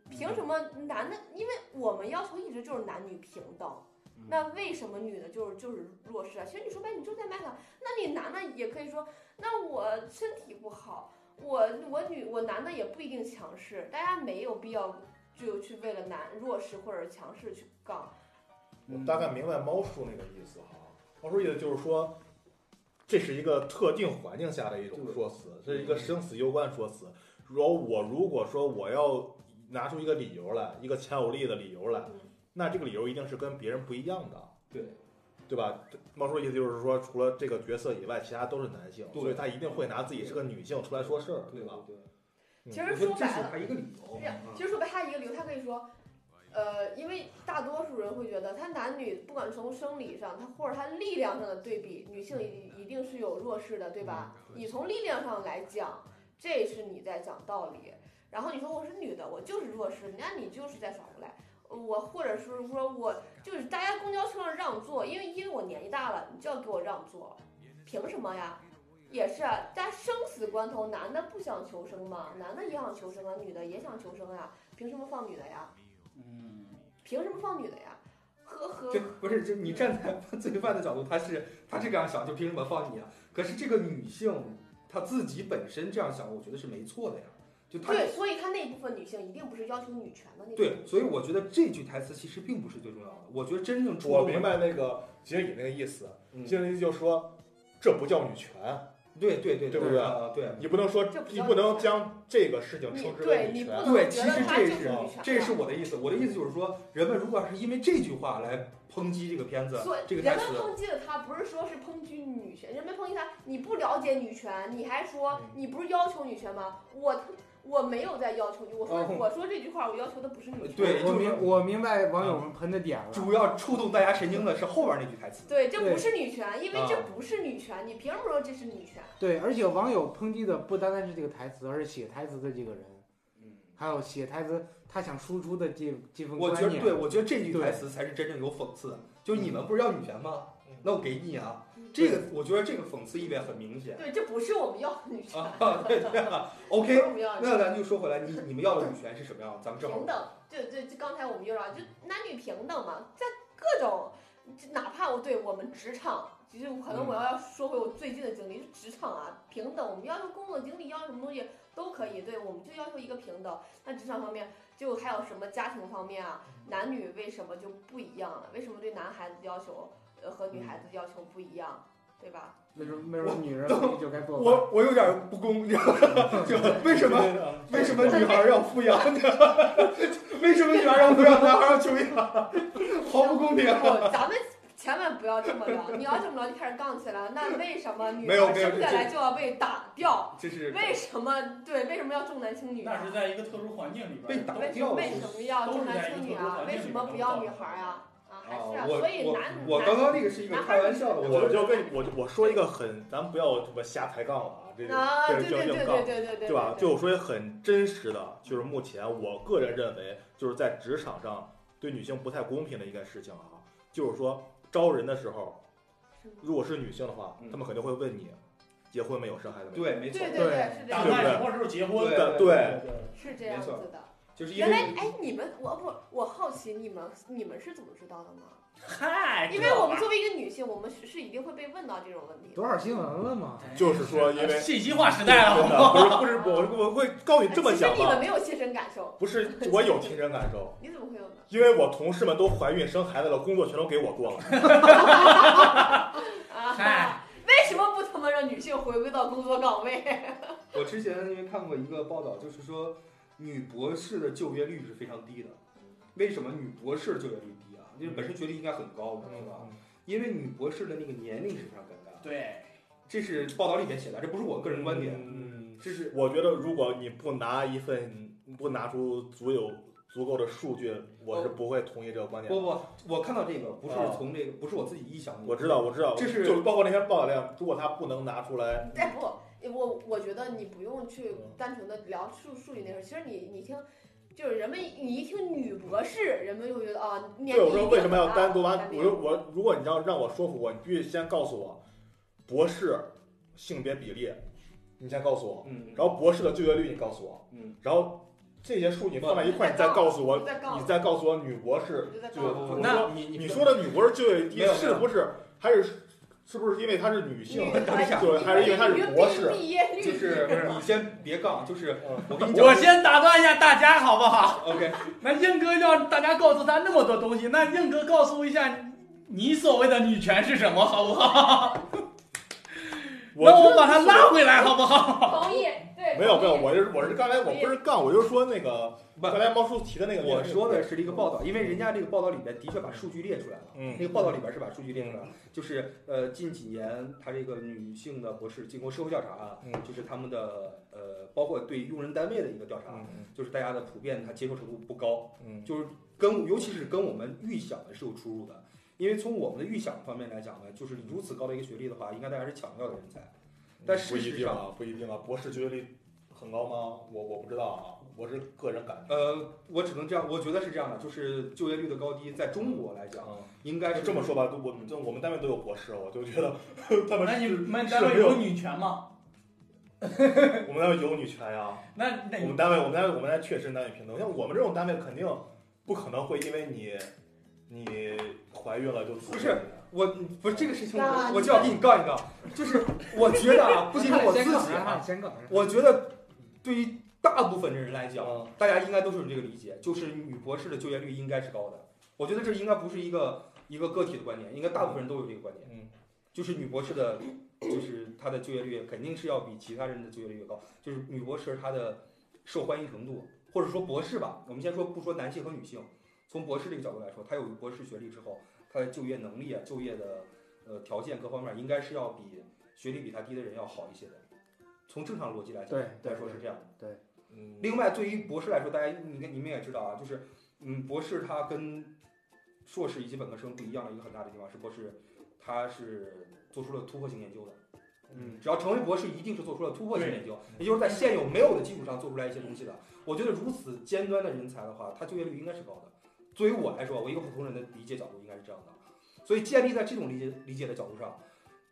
凭什么男的？因为我们要求一直就是男女平等嗯。那为什么女的就是就是弱势啊？其实你说白，了，你就在卖惨。那你男的也可以说，那我身体不好，我我女我男的也不一定强势，大家没有必要就去为了男弱势或者强势去杠。我嗯大概明白猫叔那个意思哈。猫叔意思就是说，这是一个特定环境下的一种对嗯说辞，这是一个生死攸关说辞。如果我如果说我要拿出一个理由来，一个强有力的理由来嗯，那这个理由一定是跟别人不一样的。对，对吧？猫叔意思就是说，除了这个角色以外，其他都是男性，对所以他一定会拿自己是个女性出来说事儿，对吧？？对，嗯其我实觉说得这白是了，他一个理由嗯这样。其实说白了，他一个理由，他可以说，呃，因为大多数人会觉得，他男女不管从生理上，他或者他力量上的对比，女性一一定是有弱势的，对吧？你从力量上来讲，这是你在讲道理。然后你说我是女的，我就是弱势，那你就是在耍无赖。我或者是说我就是大家公交车上让座，因为因为我年纪大了，你就要给我让座，凭什么呀？也是啊，但生死关头，男的不想求生吗？男的也想求生啊，女的也想求生啊，凭什么放女的呀？嗯，凭什么放女的呀？呵呵这，不是，这你站在罪犯的角度，他是他是这样想，就凭什么放你啊？可是这个女性她自己本身这样想，我觉得是没错的呀。就她对，所以他那一部分女性一定不是要求女权的那种。对，所以我觉得这句台词其实并不是最重要的。我觉得真正触我动明白那个杰里那个意思，嗯杰里就说，这不叫女权，对对对对不对啊对，你不能说这不，叫你不能将这个事情你称之对为你女不权。能对觉其实得他这就是是女啊权，这是我的意思。我的意思就是说，人们如果要是因为这句话来抨击这个片子所以，这个人台们词，抨击了他，不是说是抨击女权，人们抨击他，你不了解女权，你还说嗯你不是要求女权吗？我我没有在要求你，我说、嗯我说这句话，我要求的不是女权。呃对我就是明我明白网友们喷的点了。主要触动大家神经的是后边那句台词。对，这对不是女权，因为啊这不是女权，你凭什么说这是女权？对，而且网友抨击的不单单是这个台词，而是写台词的这个人，嗯，还有写台词他想输出的这这份我观觉得念。对，我觉得这句对台词才是真正有讽刺。就你们不是要女权吗嗯？那我给你啊嗯。这个我觉得这个讽刺意味很明显。对，这不是我们要的女权。啊，对对啊不，OK。是我们要的那咱就说回来，你你们要的女权是什么样？咱们正好平等，对对，就刚才我们又说，就男女平等嘛，在各种，就哪怕我对我们职场，其实可能我嗯要说回我最近的经历，就职场啊，平等，我们要求工作经历，要求什么东西都可以，对，我们就要求一个平等。那职场方面，就还有什么家庭方面啊，嗯男女为什么就不一样了？为什么对男孩子要求呃和女孩子要求不一样，对吧？为什么为什么女人回去就该做饭？我我有点不公，你知道吗？就为 什么为什么女孩要富养？ 为什么女孩要富养，男孩要穷养？毫不公平！啊 不，咱们千万不要这么聊。你要这么聊就开始杠起来了。那为什么女没有孩没有生下这来就要被打掉？这是为什么对？为什么要重男轻女啊？那是在一个特殊环境里边被打为什掉么了为什么要重男轻女啊？都是在一个特殊环境里面为什么不要女孩啊？啊，还是啊，啊我所以我男我刚刚那个是一个开玩笑的，我觉就跟你我就我说一个很，咱不要什么瞎抬杠了啊，这男啊，这是对对叫对硬对杠对，对对对，对吧？对就我说一个很真实的，就是目前我个人认为，就是在职场上对女性不太公平的一件事情啊，就是说招人的时候，如果是女性的话嗯，他们肯定会问你，结婚没有，生孩子没有？对，没错，对对对对，是这打样算的，什么时候结婚？对的，对对，是这样没子错的。就是因原为来哎，你们我不我好奇你们你们是怎么知道的呢？嗨，因为我们作为一个女性，我们是是一定会被问到这种问题 的。多少新闻了嘛？就是说因为信息化时代 真了，的不是不是，我我会告诉你这么哎其实讲你们吧，没有切身感受，不是我有亲身感受。你怎么会有呢？因为我同事们都怀孕生孩子了，工作全都给我做了。啊，嗨 为什么不他妈让女性回归到工作岗位？我之前因为看过一个报道，就是说女博士的就业率是非常低的。为什么女博士就业率低啊？因为本身学历应该很高，你知道吧？嗯因为女博士的那个年龄是非常尴尬的。对，这是报道里面写的，这不是我个人观点，嗯，这是我觉得如果你不拿一份，不拿出足有足够的数据，我是不会同意这个观点不的。不，我看到这个不是啊从这个，不是我自己臆想的。我知道，，我知道，这是就是包括那些报道量，如果他不能拿出来， 哎不，我我觉得你不用去嗯单纯的聊数数据那事儿，其实你你听。就是人们，你一听女博士，人们就会觉得啊，年对，龄我说为什么要单独啊把我说我，如果你让让我说服我，你必须先告诉我博士性别比例，你先告诉我，嗯，然后博士的就业率你告诉我，嗯，然后这些数据放在一块，你再告诉我，你再告诉我你再告诉我女博士你再就告业诉率我不不，那你你说的女博士就业没低有没是有嗯不是还是是不是因为她是女性？哎呀就是还是因为她是博士你 毕业率就是你先别杠，就是嗯我跟你讲我先打断一下大家好不好？ ，OK，那硬哥让大家告诉他那么多东西，那硬哥告诉一下你所谓的女权是什么，好不好？我那觉我得把他拉回来，好不好？同意，对，没有没有，同意我就是我是刚才我不是杠，我就说那个不刚才猫叔提的那个，我说的是一个报道，因为人家这个报道里边的确把数据列出来了。嗯那个报道里边是把数据列出来了，就是呃近几年他这个女性的博士经过社会调查啊，嗯就是他们的呃包括对用人单位的一个调查，嗯就是大家的普遍他接受程度不高，嗯就是跟尤其是跟我们预想的是有出入的，因为从我们的预想方面来讲呢，就是如此高的一个学历的话，应该大家是抢不到的人才。但不事一实定上，啊，不一定啊，博士就业率很高吗？我我不知道啊，我是个人感觉。呃，我只能这样，我觉得是这样的，就是就业率的高低，在中国来讲，嗯，应该就是这么说吧，我们我们单位都有博士，啊我就觉得哎 他们那你们是单位没有有女权吗？我们单位有女权呀、那那我们单位我们单位我们单位确实男女平等，像我们这种单位肯定不可能会因为你你怀孕了就不不是我不是这个事情，那我我就要跟你杠一杠，就是我觉得啊，不仅是我自先搞己上啊哈，，先搞上。我觉得对于大部分的人来讲，嗯大家应该都是有这个理解，就是女博士的就业率应该是高的。我觉得这应该不是一个一个个体的观点，应该大部分人都有这个观点，嗯就是女博士的，就是她的就业率肯定是要比其他人的就业率高，就是女博士她的受欢迎程度，或者说博士吧，我们先说不说男性和女性，从博士这个角度来说，她有博士学历之后，她的就业能力啊、就业的呃条件各方面，应该是要比学历比她低的人要好一些的。从正常逻辑来讲，对对来说是这样的。嗯另外，对于博士来说，大家你看你们也知道啊，就是嗯，博士他跟硕士以及本科生不一样的一个很大的地方是，博士他是做出了突破性研究的。嗯，只要成为博士，一定是做出了突破性对研究，也就是在现有没有的基础上做出来一些东西的。我觉得如此尖端的人才的话，他就业率应该是高的。作为我来说，我一个普通人的理解角度应该是这样的。所以建立在这种理解理解的角度上，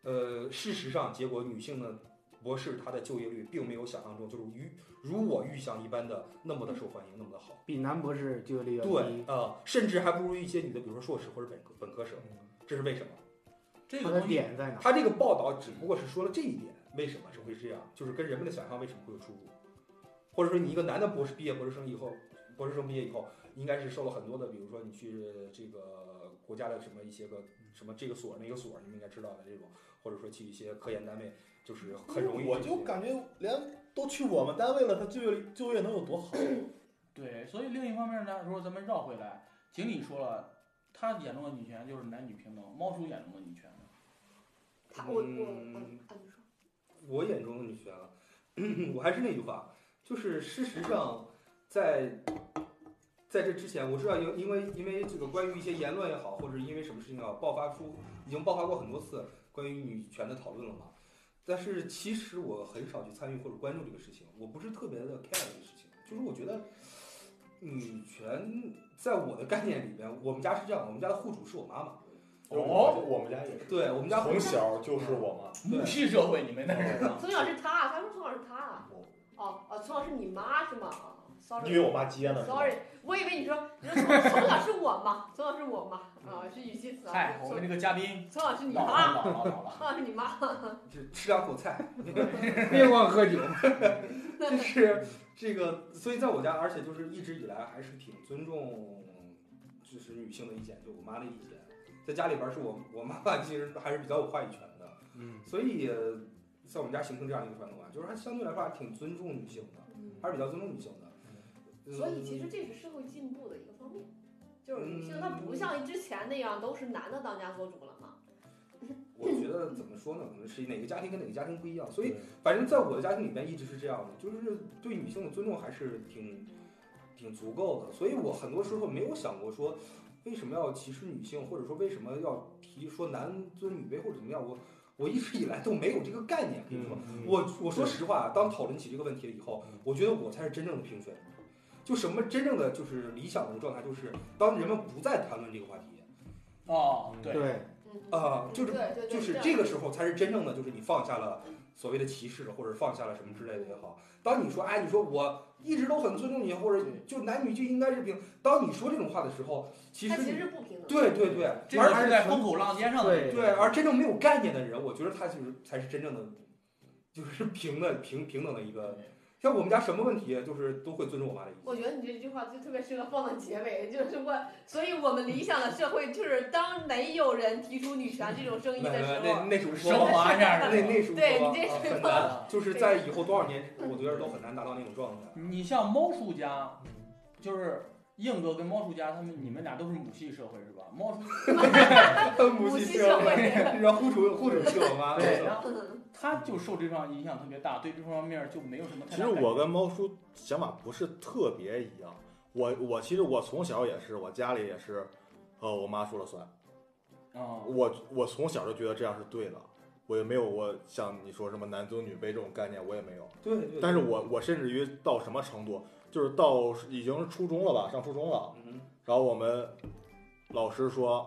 呃，事实上，结果女性的博士她的就业率并没有想象中就是预如我预想一般的那么的受欢迎，那么的好。比男博士就业率要对低啊、。甚至还不如一些女的，比如说硕士或者本科本科生，这是为什么？这它个的东西，点在哪？他这个报道只不过是说了这一点，为什么是会这样，就是跟人们的想象为什么会有出入，或者说你一个男的博士毕业博士生以后，博士生毕业以后，应该是受了很多的，比如说你去这个国家的什么一些个什么这个所那个所，你们应该知道的这种，或者说去一些科研单位，就是很容易我这就些感觉连都去我们单位了，他就业率就业能有多 好？对，所以另一方面呢，如果咱们绕回来，经理说了，他眼中的女权就是男女平等，猫叔眼中的女权呢？他我我我，啊嗯你说，我眼中的女权啊，我还是那句话，就是事实上在。在这之前，我知道因因为因为这个关于一些言论也好，或者因为什么事情也好，爆发出已经爆发过很多次关于女权的讨论了嘛。但是其实我很少去参与或者关注这个事情，我不是特别的 care 这个事情。就是我觉得女权在我的概念里边，我们家是这样，我们家的户主是我妈妈，哦我们家也是，对我们家户从主小就是我嘛。母系社会，你们那是？哦从小是他，他说从小是他，哦哦，从小是你妈是吗啊你？sorry 以。为我妈接呢？是吧 Sorry，我以为你说你说从从小是我 妈，从小是我妈啊，是语气词啊哎嗨，，我从们这个嘉宾从小是你老了妈，老了老了，从小是啊你妈，只吃两口菜， 别光喝酒。 就是这个，所以在我家，而且就是一直以来还是挺尊重，就是女性的意见，就我妈的意见。在家里边儿是我我妈妈其实还是比较有话语权的，嗯，所以在我们家形成这样一个传统啊，就是还相对来说还挺尊重女性的，嗯，还是比较尊重女性的。嗯所以其实这也是社会进步的一个方面，就是女性她不像之前那样都是男的当家做主了嘛。我觉得怎么说呢，可能是哪个家庭跟哪个家庭不一样，所以反正在我的家庭里面一直是这样的，就是对女性的尊重还是挺挺足够的。所以我很多时候没有想过说为什么要歧视女性，或者说为什么要提说男尊女卑或者怎么样，我我一直以来都没有这个概念。嗯跟你说，嗯我我说实话，当讨论起这个问题以后嗯，我觉得我才是真正的平权。就什么真正的就是理想的状态，就是当人们不再谈论这个话题，哦，嗯对，对，嗯啊就是对对对，就是这个时候才是真正的，就是你放下了所谓的歧视，或者放下了什么之类的也好。当你说，哎，你说我一直都很尊重你，或者就男女就应该是平。当你说这种话的时候，其它实其你实不平等。对对对，这而个还是是在纯风口浪尖上的对对，而真正没有概念的人，我觉得他就是才是真正的，就是平的平平等的一个。像我们家什么问题，就是都会尊重我妈的意见。我觉得你这句话就特别适合放到结尾，就是我，所以我们理想的社会就是当没有人提出女权这种声音那的时那候，那是升华一下那是吧那是对我你这啊是很我难，就是在以后多少年，我觉得都很难达到那种状态。你像猫叔家，嗯就是硬哥跟猫叔家，他们你们俩都是母系社会是吧？猫叔 母系系社社会会，然 后护主护主是我妈。对，然后嗯他就受这方影响特别大，对这方面就没有什么其太大实感觉。我跟猫叔想法不是特别一样，我我其实我从小也是，我家里也是，呃，我妈说了算，啊，我我从小就觉得这样是对的，我也没有我像你说什么男尊女卑这种概念，我也没有。对对。但是我我甚至于到什么程度，就是到已经是初中了吧，上初中了，嗯，然后我们老师说，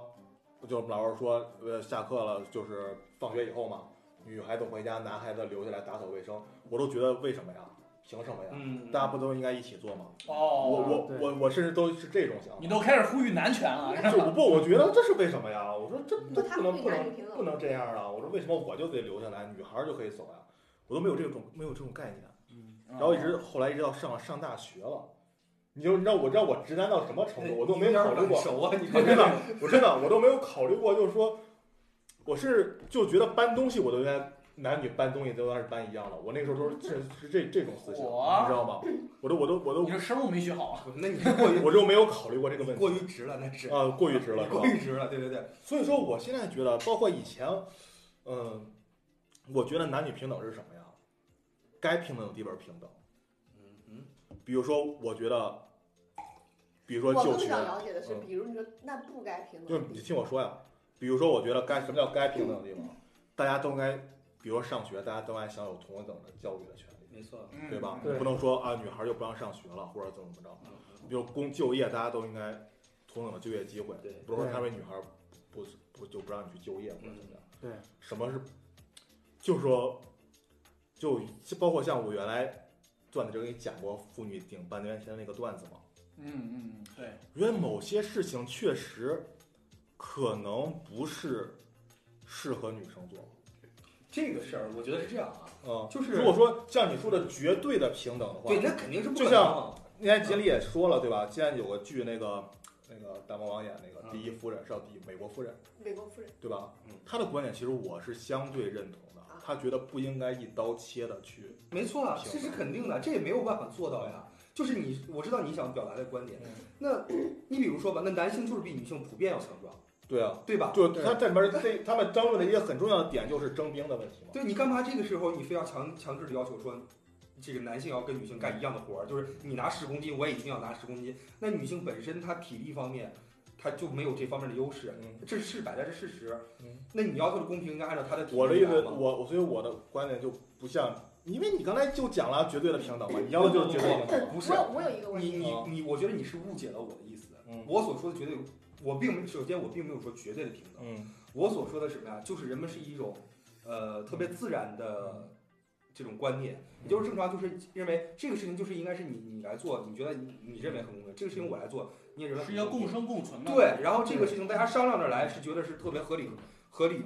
就我们老师说，呃，下课了就是放学以后嘛，女孩子回家，男孩子留下来打扫卫生，我都觉得为什么呀？凭什么呀？嗯，大家不都应该一起做吗？我哦，我对我我甚至都是这种想你法，都开始呼吁男权 了，就我不，我觉得这是为什么呀？我说这这他不们能不不应该能是平不等。能这样啊！我说为什么我就得留下来，女孩儿就可以走呀、我都没有这种没有这种概念。嗯然后一直后来一直到上上大学了，你就你知道我知道我直男到什么程度，我都没有考虑 过。熟啊，你我看真的我真的我都没有考虑过，就是说，我是就觉得搬东西我都应该男女搬东西都应该是搬一样的。我那个时候都是是是这这种思想，哇你知道吗？我都我都我都嗯你这生物没学好啊， 那你是过于我就没有考虑过这个问题过于直了，那是啊，过于直了，是吧过？于哦直了，对对对，所以说，我现在觉得，包括以前，嗯，我觉得男女平等是什么呀？该平等的地方平等。嗯嗯，比如说，我觉得，比如我说就更学，想了解的是，嗯比如你说那不该平就等的你地听我说呀，比如说，我觉得该什么叫该平等的地方？大家都应该，比如说上学，大家都应该享有同等的教育的权利，没错。嗯对吧？对不能说啊，女孩就不让上学了，或者怎么怎么着。比如工就业，大家都应该同等的就业机会，对不是说对他为女孩不不就不让你去就业或者怎么样。对，嗯什么是，就是说，就包括像我原来段子就给你讲过妇女顶半边天的那个段子嘛，嗯嗯嗯，对，因为某些事情确实可能不是适合女生做。这个事儿我觉得是这样啊，嗯，就是如果说像你说的绝对的平等的话，对，那肯定是不就可像能啊那天杰里也说了，对吧？现在有个剧，那个那个大魔王演那个嗯第一夫人是叫第一美国夫人，方，美国夫人对吧？嗯他的观点其实我是相对认同的，他觉得不应该一刀切的去，没错啊，平这等是肯定的，这也没有办法做到呀。就是你，我知道你想表达的观点嗯。那，你比如说吧，那男性就是比女性普遍要强壮，对啊，对吧？就对他这里面这他们争论的一个很重要的点就是征兵的问题嘛。对你干嘛这个时候你非要强强制的要求说，这个男性要跟女性干一样的活儿，就是你拿十公斤，我也一定要拿十公斤。那女性本身她体力方面，她就没有这方面的优势，嗯，这是摆在这事实。嗯那你要求的公平应该按照她的体力我的意来思，嘛我我所以我的观点就不像，因为你刚才就讲了绝对的平等嘛，你要的就是绝对的平等。不是我有我有一个问你题，你啊你，我觉得你是误解了我的意思。嗯我所说的绝对，我并没首先我并没有说绝对的平等，嗯我所说的什么呀？就是人们是一种呃特别自然的这种观念，也就是正常，就是认为这个事情就是应该是你你来做，你觉得你你认为很公平，这个事情我来做，你也认为是很一个公共平生共存的，，对，然后这个事情大家商量着来，是觉得是特别合理、合理、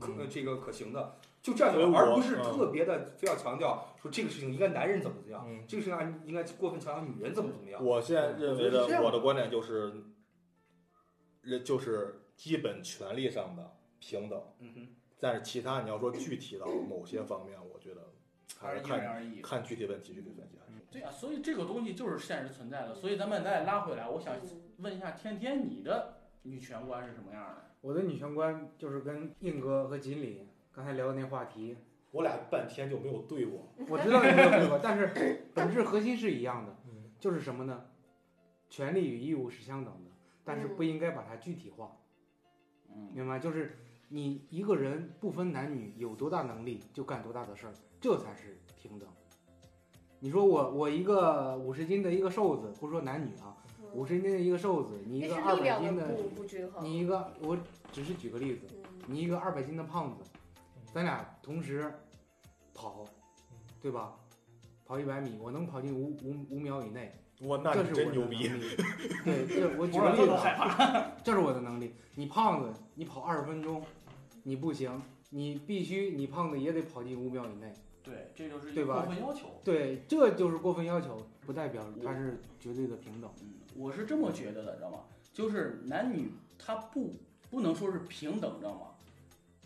可呃嗯这个可行的，就这样就所以好，我而不是嗯特别的非要强调说这个事情应该男人怎么怎么样，嗯，这个事情还应该过分强调女人怎么怎么样。我现在认为我觉得是这的样我的观点就是，人就是基本权利上的平等，嗯哼，但是其他你要说具体到某些方面，我觉得还还是是因人看而异。看具体问题具体分析。对啊，所以这个东西就是现实存在的。所以咱们再拉回来，我想嗯问一下天天，你的女权观是什么样的？我的女权观就是跟硬哥和锦鲤刚才聊的那话 题，我俩半天就没有对过，我知道你没有对过，但是本质核心是一样的嗯，就是什么呢？权利与义务是相等的，但是不应该把它具体化，嗯，明白？就是你一个人不分男女，有多大能力就干多大的事儿，这才是平等。你说我我一个五十斤的一个瘦子，不说男女啊，五十斤的一个瘦子，你一这个嗯是二力百量斤的的，不不均衡。你一个我只是举个例子，嗯你一个二百斤的胖子，咱俩同时跑，对吧？跑一百米，我能跑进五五五秒以内，我那这你是真我的牛能逼，力。对，这我举我个例这子都害啊，怕。这是我的能力。你胖子，你跑二十分钟，你不行，你必须你胖子也得跑进五秒以内。对，这就是对吧过分要求。对，这就是过分要求，不代表它是绝对的平等。嗯，我是这么觉得的，知道吗？就是男女他不不能说是平等，知道吗？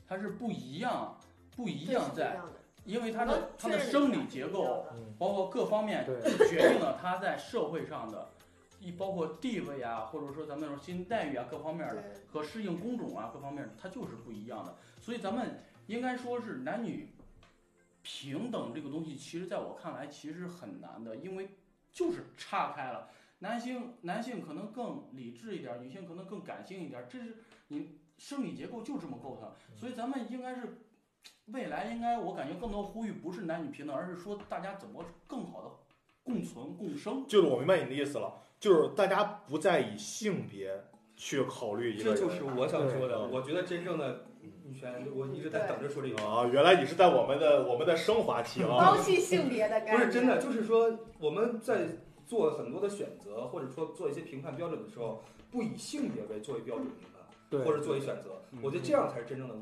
他是不一样，不一样在，因为他的他的生理结构，，嗯嗯包括各方面，对，决定了他在社会上的，一包括地位啊，或者说咱们那种薪待遇啊，各方面对的和适应工种啊，各方面的，它就是不一样的。所以咱们应该说是男女平等这个东西，其实在我看来其实很难的，因为就是岔开了。男性男性可能更理智一点，女性可能更感性一点，这是你生理结构就这么构成。所以咱们应该是未来应该我感觉更多呼吁不是男女平等，而是说大家怎么更好的共存共生。 就是我明白你的意思了，就是大家不再以性别去考虑一个这人。就是我想说的。对我觉得真正的女权，我一直在等着说这个。啊，原来你是在我们的我们的升华期啊抛。弃性别的概不念，是嗯真的，就是说我们在做很多的选择，或者说做一些评判标准的时候，不以性别为作为标准评判，嗯对或者作为选择嗯，我觉得这样才是真正的，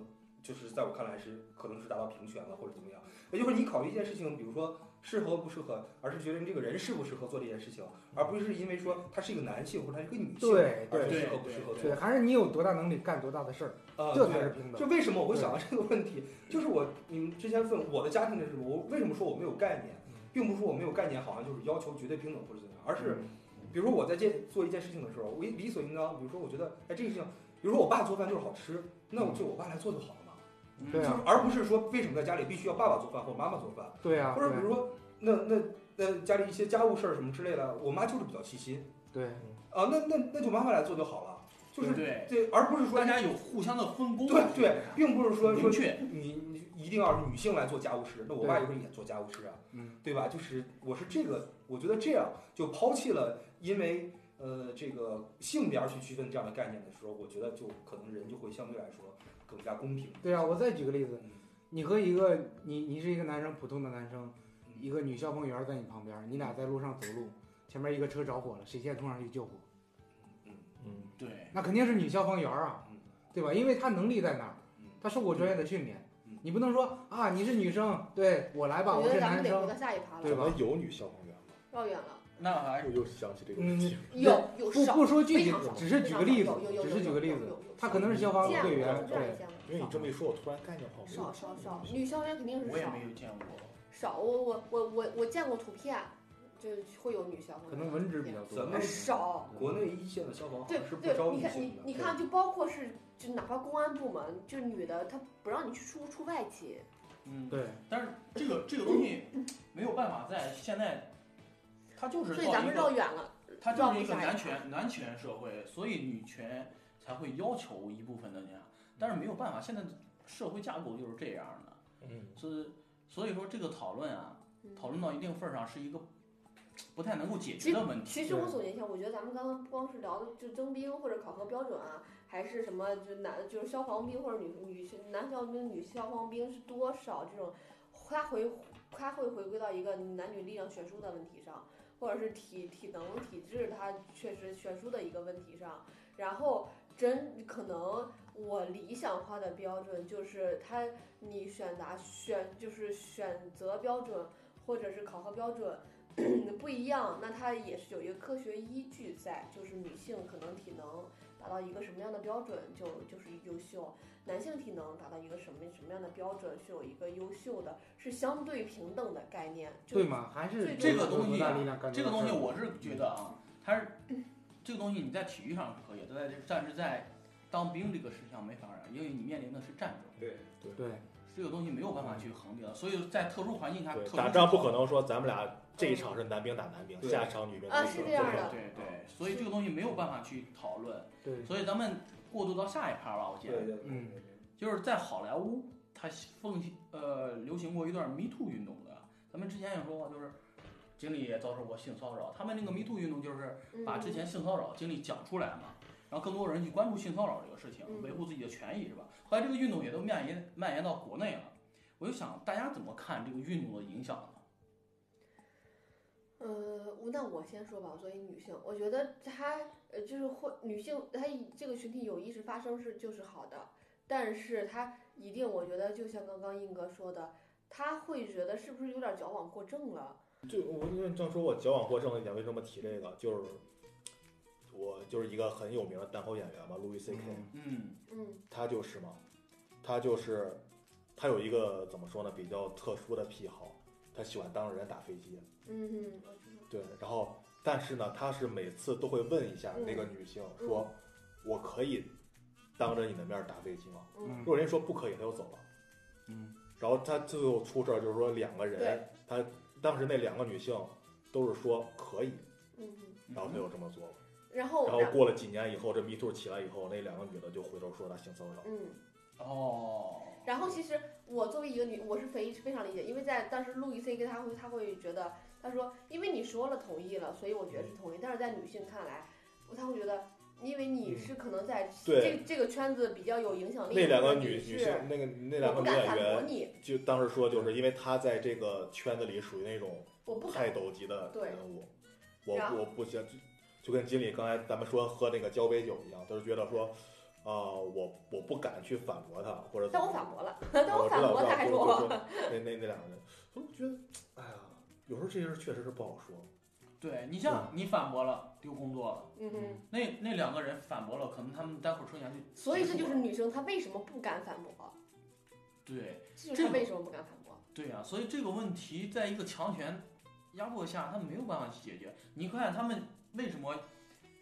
就是在我看来是可能是达到平权了，或者怎么样。也就是你考虑一件事情，比如说适合不适合，而是决定这个人适不适合做这件事情，而不是因为说他是一个男性或者他是一个女性，对而是对适合不适合做对，还是你有多大能力干多大的事儿，啊，这对才是平等就。为什么我会想到这个问题？就是我，你们之前问我的家庭的时候，我为什么说我没有概念，嗯并不是说我没有概念，好像就是要求绝对平等或者怎么样，而嗯是比如说我在这做一件事情的时候，我理所应当，比如说我觉得，哎，这个事情，比如说我爸做饭就是好吃，那我嗯就我爸来做就好了嘛，对啊就是而不是说为什么在家里必须要爸爸做饭或者妈妈做饭，对啊，或者比如说那那那家里一些家务事儿什么之类的，我妈就是比较细心对啊，那那那就妈妈来做就好了，就是嗯对，这，而不是说大家有互相的分工，对对，并不是说说明确。你你一定要是女性来做家务事，那我对爸有时候也做家务事啊，嗯，对吧？就是我是这个，我觉得这样就抛弃了因为呃这个性别而去区分这样的概念的时候，我觉得就可能人就会相对来说更加公平。对啊，我再举个例子，嗯你和一个你你是一个男生，普通的男生，嗯一个女消防员在你旁边，你俩在路上走路，前面一个车着火了，谁先冲上去救火？嗯嗯，对，那肯定是女消防员啊嗯，对吧？因为她能力在那儿嗯，她受过专业的训练嗯。你不能说啊，你是女生，对我来吧，我我觉是得咱们男得回生到。下一趴怎了，对吧么有女消防员吗？绕远了。那还是我又想起这个问嗯题。有有不少，不说具非体常，少，只是非举常个例子少有，有只有是举有个例有子有，有她可能是消防这样队员这，样对一，下吗因为你这么一说，我突然概念好像少少少，女消防员肯定我是也少没有见过。少。我我我我我见过图片，就是会有女消防员，可能文职比较多。咱们哎少。国内一线的消防好对像是不招对，你女看性你的，你看，就包括是就哪怕公安部门，就女的她不让你去出出外勤，嗯，对，但是这个这个东西没有办法在现在，它就是所以到咱一们个绕远了。它就是一个绕不男下来权男权社会，所以女权才会要求一部分的那样，但是没有办法，现在社会架构就是这样的，嗯，所以所以说这个讨论啊，嗯讨论到一定份儿上是一个不太能够解决的问题。其实我总结一下，我觉得咱们刚刚不光是聊的就征兵或者考核标准啊，还是什么就男就是消防兵或者女女男消防兵、女消防兵是多少这种，它回它会回归到一个男女力量悬殊的问题上，或者是体体能体质它确实悬殊的一个问题上，然后真可能我理想化的标准就是它你选择选就是选择标准或者是考核标准。不一样，那它也是有一个科学依据在，就是女性可能体能达到一个什么样的标准就就是优秀，男性体能达到一个什么什么样的标准是有一个优秀的，是相对平等的概念。就对？吗？还是最这个东西多大力量干多大这个东西事儿我嗯是觉得啊，它是这个东西你在体育上是可以的，但是但是在当兵这个事项没法儿啊，因为你面临的是战争，对，对这个东西没有办法去衡量，所以在特殊环境下，嗯对特殊打情仗况不可能说咱们俩这一场是男兵打男兵，对下一场女兵打啊女兵是这样的对对，所以这个东西没有办法去讨论，对，所以咱们过渡到下一趴吧，我觉得对对，嗯就是在好莱坞，它奉行呃流行过一段 Me Too 运动的，啊咱们之前也说过，就是经理也遭受过性骚扰，他们那个 Me Too 运动就是嗯把之前性骚扰经历讲出来嘛，然后更多人去关注性骚扰这个事情，嗯维护自己的权益是吧？后来这个运动也都蔓延蔓延到国内了，我就想大家怎么看这个运动的影响呢？呃，我那我先说吧，我作为女性，我觉得她呃就是会女性，她以这个群体有意识发生是就是好的，但是她一定，我觉得就像刚刚硬哥说的，她会觉得是不是有点矫枉过正了？就我因为正说我矫枉过正了一点，为什么提这个？就是我就是一个很有名的单口演员嘛，路易 C K，、嗯嗯嗯他就是嘛，他就是他有一个怎么说呢，比较特殊的癖好，他喜欢当着人家打飞机。嗯，我知道，对，然后但是呢，他是每次都会问一下那个女性嗯说：“我可以当着你的面儿打飞机吗？”嗯如果人家说不可以，他就走了。嗯，然后他最后出事儿，就是说两个人对，他当时那两个女性都是说可以，嗯嗯，哦嗯然后他就这么做了。然后然后过了几年以后，这 Me Too 起来以后，那两个女的就回头说他性骚扰。嗯。哦，然后其实我作为一个女，我是非非常理解，因为在当时路易 C K 他会他会觉得，他说因为你说了同意了，所以我觉得是同意，但是在女性看来，他会觉得。因为你是可能在这、嗯对这个圈子比较有影响力，那两个或者女你女是性，那个那我两个女不敢演反驳员，你，就当时说，就是因为她在这个圈子里属于那种我不泰敢。斗级的对人物，我然后我不行，就就跟经理刚才咱们说喝那个交杯酒一样，都是觉得说，啊、我我不敢去反驳他，或者但我怎反么驳了，但样，我反知道驳我知他道还就说就 我，就那那那两个人，我就觉得，哎呀，有时候这些事确实是不好说，对你像你反驳了，丢工作了，嗯哼，那那两个人反驳了，可能他们待会儿生涯就所以这就结是束了女生她为什么不敢反驳，对这就是这她个为什么不敢反驳。对啊，所以这个问题在一个强权压迫下，他没有办法去解决。你看他们为什么？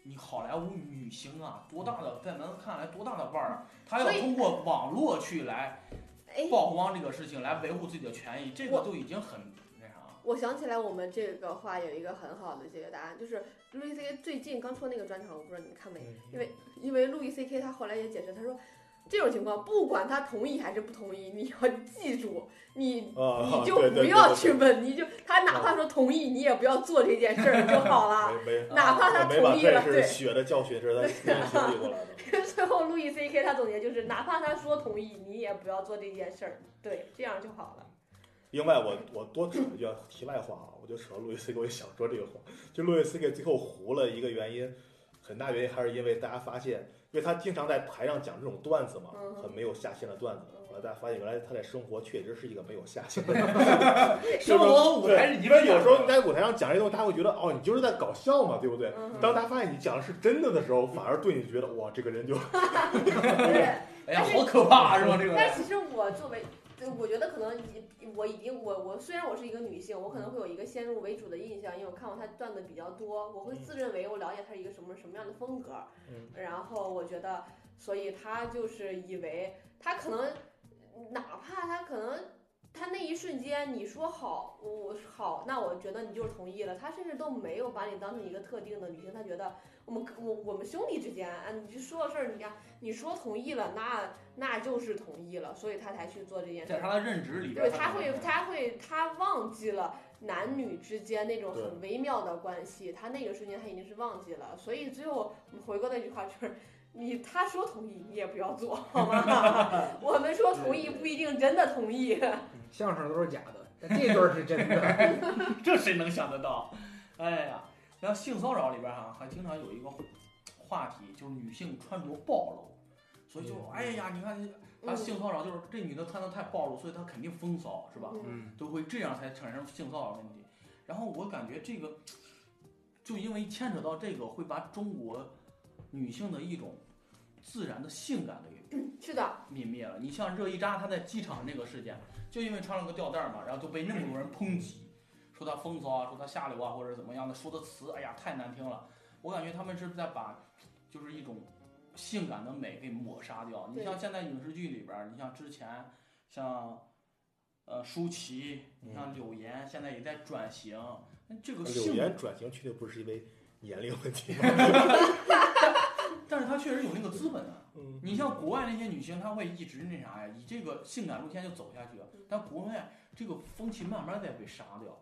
你好莱坞女星啊，多大的在咱们看来多大的腕儿啊，她要所以通过网络去来哎，曝光这个事情，来维护自己的权益，这个我就已经很那啥了。我想起来，我们这个话有一个很好的这个答案，就是路易 C K 最近刚出那个专场，我不知道你们看没？因为因为路易 C K 他后来也解释，他说这种情况，不管他同意还是不同意，你要记住，你啊，你就对不要对去，哦问，你就他哪怕说同意，你也不要做这件事儿就好了。对对对没没。啊哪怕他哦我没把同意了，这是对，血的教训是在 经历过来的，最后路易 C K 他总结就是，哪怕他说同意，你也不要做这件事儿，对，这样就好了。另外我，我多扯一句题外话啊，我就扯到路易斯 K，我也想说这个话，就路易斯 K 最后糊了一个原因，很大原因还是因为大家发现，因为他经常在台上讲这种段子嘛嗯，很没有下限的段子，后来大家发现原来他在生活确实是一个没有下 限的人，生活舞台是一因个为有时候你在舞台上讲这东西，大家会觉得哦，你就是在搞笑嘛，对不对？ 嗯，当大家发现你讲的是真的的时候，反而对你觉得哇，这个人就对。哎呀，好可怕啊是吧？这个嗯但其实我作为，对我觉得可能已我已经我我虽然我是一个女性，我可能会有一个先入为主的印象，因为我看过她段子比较多，我嗯会自认为我了解她是一个什么什么样的风格，嗯然后我觉得，所以她就是以为她可能，哪怕她可能。她那一瞬间你说好，我好，那我觉得你就是同意了。她甚至都没有把你当成一个特定的女性，她觉得我们我我们兄弟之间啊，你就说的事儿，你看你说同意了，那那就是同意了，所以他才去做这件事在他儿。的认知里边，对，他会，他会，他忘记了男女之间那种很微妙的关系，他那个瞬间他已经是忘记了，所以最后我们回过那句话就是，你他说同意，你也不要做，好吗？ 我们说同意不一定真的同意。 嗯相声都是假的，但这对儿是真的。 这谁能想得到？哎呀，然后性骚扰里边哈、还经常有一个话题，就是女性穿着暴露，所以就嗯哎呀，你看他性骚扰就是这女的穿的太暴露，所以她肯定风骚是吧？嗯嗯，都会这样才产生性骚扰问题。然后我感觉这个，就因为牵扯到这个，会把中国女性的一种自然的性感给是的，泯灭了。你像热依扎，她在机场那个事件，就因为穿了个吊带儿嘛，然后就被那么多人抨击，说她风骚啊，说她下流啊，或者怎么样的，说的词，哎呀太难听了。我感觉他们是在把，就是一种性感的美给抹杀掉。你对像现在影视剧里边儿，你像之前像。呃，舒淇，你像柳岩，现在也在转型。那这个嗯柳性岩转型去的不是因为年龄 问题吗，但是她确实有那个资本啊。嗯你像国外那些女星，她会一直那啥呀，以这个性感路线就走下去嗯。但国外这个风气慢慢在被杀掉，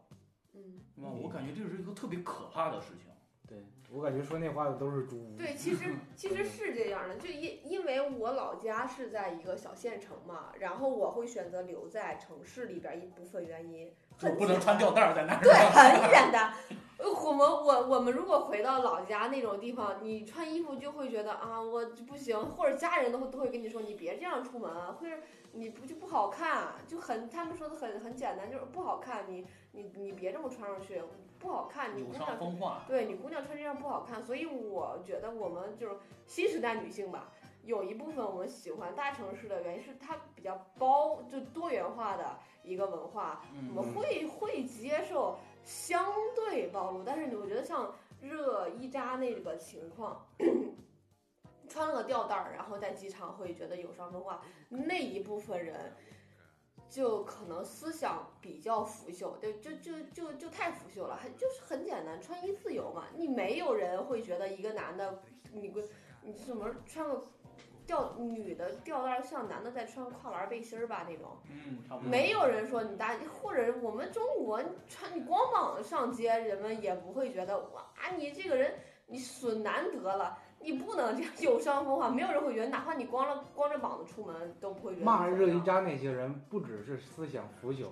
嗯，对吧？我感觉这是一个特别可怕的事情。对我感觉说那话的都是猪屋。对，其实其实是这样的，就因因为我老家是在一个小县城嘛，然后我会选择留在城市里边儿一部分原因，就很不能穿吊带儿在那儿。对， 很简单。呃我们我我们如果回到老家那种地方，你穿衣服就会觉得啊，我不行，或者家人都会都会跟你说你别这样出门，或者你不就不好看，就很他们说的很很简单，就是不好看，你你你别这么穿上去，不好看，你有姑伤娘风化。对你姑娘穿这样不好看，所以我觉得我们就是新时代女性吧，有一部分我们喜欢大城市的原因是它比较包，就多元化的一个文化，我嗯，们会会接受相对暴露，但是我觉得像热依扎那个情况，穿了个吊带儿，然后在机场会觉得有伤风化，那一部分人就可能思想比较腐朽，就就就就就太腐朽了，很就是很简单，穿衣自由嘛，你没有人会觉得一个男的你个你怎么穿个吊女的吊带儿像男的在穿跨栏背心儿吧那种。嗯，差不多。没有人说你大，或者我们中国你穿你光膀子上街，人们也不会觉得哇，你这个人你损难得了，你不能这样有伤风化，没有人会觉得，哪怕你光着光着膀子出门都不会觉得骂怎么热样依，扎那些人，不只是思想腐朽，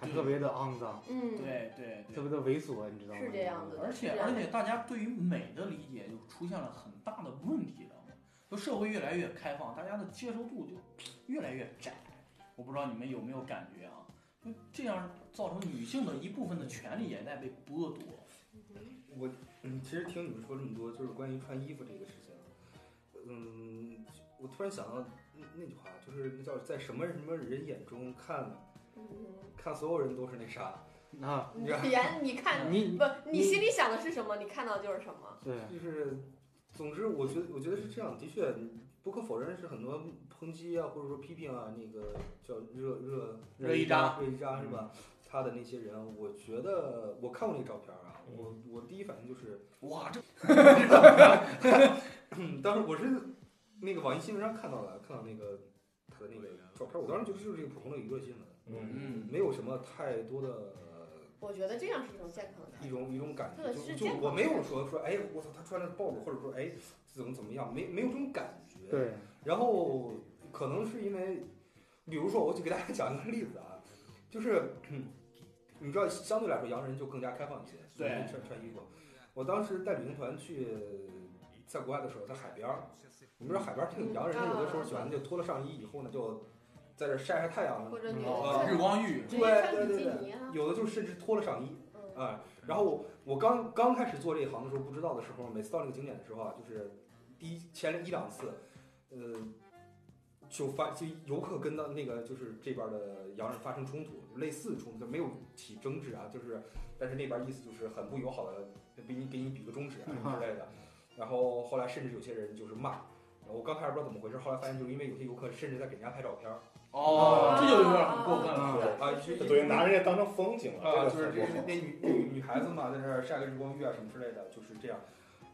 还特别的肮脏，嗯，，对对特对。别的猥琐，你知道吗？是这样子的而且是而且，大家对于美的理解就出现了很大的问题，知道吗？就社会越来越开放，大家的接受度就越来越窄。我不知道你们有没有感觉啊？就这样造成女性的一部分的权利也在被剥夺。我嗯，其实听你们说这么多，就是关于穿衣服这个事情，嗯，我突然想到那那句话，就是那叫在什么什么人眼中看嗯，看所有人都是那啥，啊， 你别你看你不，你你心里想的是什么，你看到就是什么，对就是，总之，我觉得我觉得是这样，的确不可否认是很多抨击啊，或者说批评啊，那个叫热热热依扎热依扎是吧？他的那些人，我觉得我看过那个照片啊，我我第一反应就是，哇，这嗯当时我是那个网易新闻上看到了，看到那个他的那个照片，我当时觉得就是一个普通的娱乐新闻，嗯，嗯，没有什么太多的我觉得这样是一种健康的态一度，种一种感觉，对就是就健我康没有的说说哎，我操，他穿的暴露，或者说哎怎么怎么样，没没有这种感觉。对，然后可能是因为，比如说，我就给大家讲一个例子啊，就是 你知道，相对来说洋人就更加开放一些，所以对穿穿衣服。我当时带旅行团去在国外的时候，在海边儿，我们知道海边儿这个洋人，他有的时候喜欢就脱了上衣以后呢，就在这晒晒太阳，嗯或者女哦的日光浴，直接穿比基尼啊，有的就甚至脱了上衣嗯啊、然后我我刚刚开始做这一行的时候，不知道的时候，每次到那个景点的时候啊，就是第一前一两次，呃，就发就游客跟到那个就是这边的洋人发生冲突，类似的冲突，就没有起争执啊，就是但是那边意思就是很不友好的给你给你比个中指啊什么之类的， 然后后来甚至有些人就是骂。然后我刚开始不知道怎么回事，后来发现就是因为有些游客甚至在给人家拍照片儿哦啊，这就有点很过分了。是啊，是就等于拿人家当成风景啊，了，就是这这个是很那女那女女孩子嘛，在这儿晒个日光浴啊什么之类的，就是这样。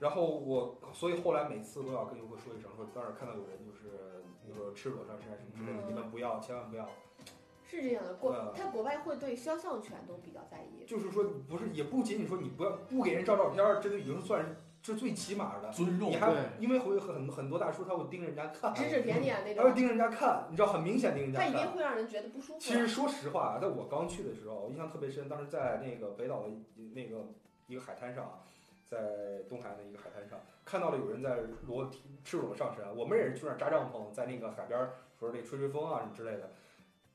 然后我，所以后来每次都要跟游客说一声，说当时看到有人就是，比如说赤裸上身啊什么之类的，嗯你们不要，千万不要。是这样的，国嗯他国外会对肖像权都比较在意，就是说，不是也不仅仅说你不要不给人照照片儿，这就已经算是这最起码的。尊重你，还对因为会有很很多大叔他会盯着人家看，指指点点那他会种，盯着人家看，你知道很明显盯人家他看一。定会让人觉得不舒服的。其实说实话，啊在我刚去的时候，我印象特别深。当时在那个北岛的一那个一个海滩上啊，在东海岸的一个海滩上，看到了有人在裸体赤裸上身啊。我们也是去那儿扎帐篷，在那个海边儿说那吹吹风啊什么之类的，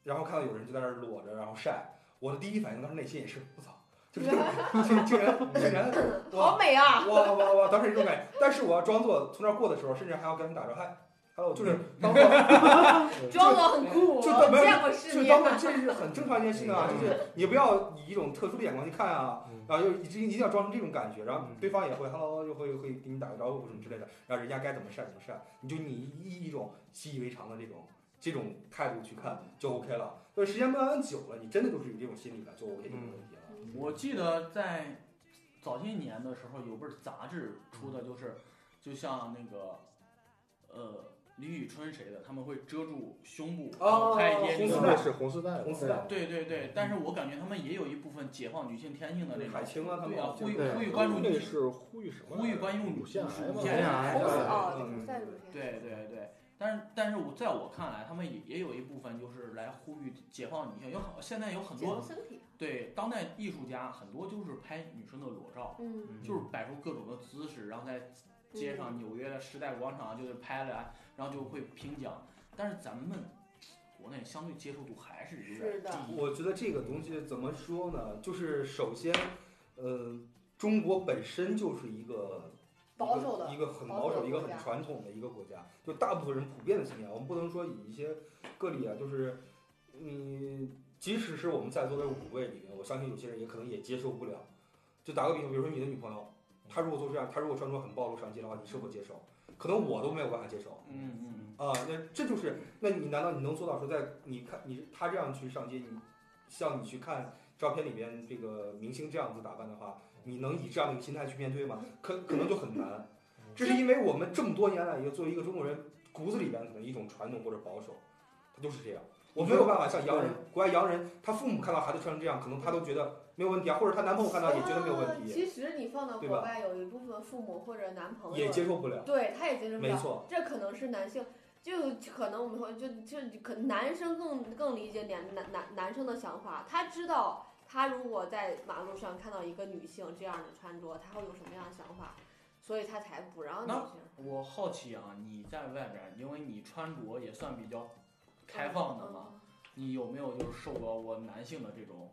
然后看到有人就在那儿裸着，然后晒。我的第一反应，当时内心也是我操，就是竟竟然竟然好哇美啊！哇哇哇，当时这种感觉。但是我要装作从那儿过的时候，甚至还要跟他们打招呼嗨，hello，就是当我装作很酷， 就就见过世就是面当。我这是很正常一件事嗯情啊，就是你不要以一种特殊的眼光去看啊。然后就一定一定要装成这种感觉，然后嗯对方也会 hello，就会会给你打个招呼什么之类的，然后人家该怎么晒怎么晒，你就你一一种习以为常的这种这种态度去看就 OK 了。对，时间慢慢久了，你真的就是有这种心理了，就 OK 这种问题了。嗯我记得在早些年的时候，有本杂志出的就是，就像那个，呃，李宇春谁的，他们会遮住胸部，然后哦拍一些红女丝性带那是红丝带吧，红丝带对对对对，但是我感觉他们也有一部分解放女性天性的那种海，清啊，他们对啊，好像呼吁对呼吁关注女那性，是呼吁什么来着？呼吁关注乳腺癌乳嘛，腺癌红对色对哦，嗯对就是在乳腺。对对对，但是但是我在我看来，他们也也有一部分就是来呼吁解放女性，有好现在有很健康多身体，对当代艺术家很多就是拍女生的裸照，嗯，就是摆出各种的姿势，然后在街上纽约的时代广场就是拍了，然后就会评奖，但是咱们国内相对接受度还是有是点的低，我觉得这个东西怎么说呢？就是首先，呃，中国本身就是一个保守的一个一个很保守保守、的一个国很家传统的一个国家，就大部分人普遍的信念。我们不能说以一些个例啊，就是你即使是我们在座的五位里面，我相信有些人也可能也接受不了。就打个比方，比如说你的女朋友，她如果做出这样，她如果穿着很暴露上街的话，你是否接受？可能我都没有办法接受。嗯嗯啊，那这就是，那你难道你能做到说，在你看你他这样去上街，你像你去看照片里边这个明星这样子打扮的话，你能以这样的一个心态去面对吗？可可能就很难。这是因为我们这么多年来，也作为一个中国人，骨子里边可能一种传统或者保守，他就是这样。我没有办法像洋人，国外洋人，他父母看到孩子穿成这样，可能他都觉得没有问题啊，或者他男朋友看到也觉得没有问啊题，其实你放到对国吧外，有一部分父母或者男朋友也接受不了。对，他也接受不没了。错，这可能是男性，就可能我们说，就就可男生更更理解男男男男生的想法，他知道他如果在马路上看到一个女性这样的穿着，他会有什么样的想法，所以他才不让女那性。嗯，我好奇啊，你在外边儿，因为你穿着也算比较开放的嘛，嗯？你有没有就是受过我男性的这种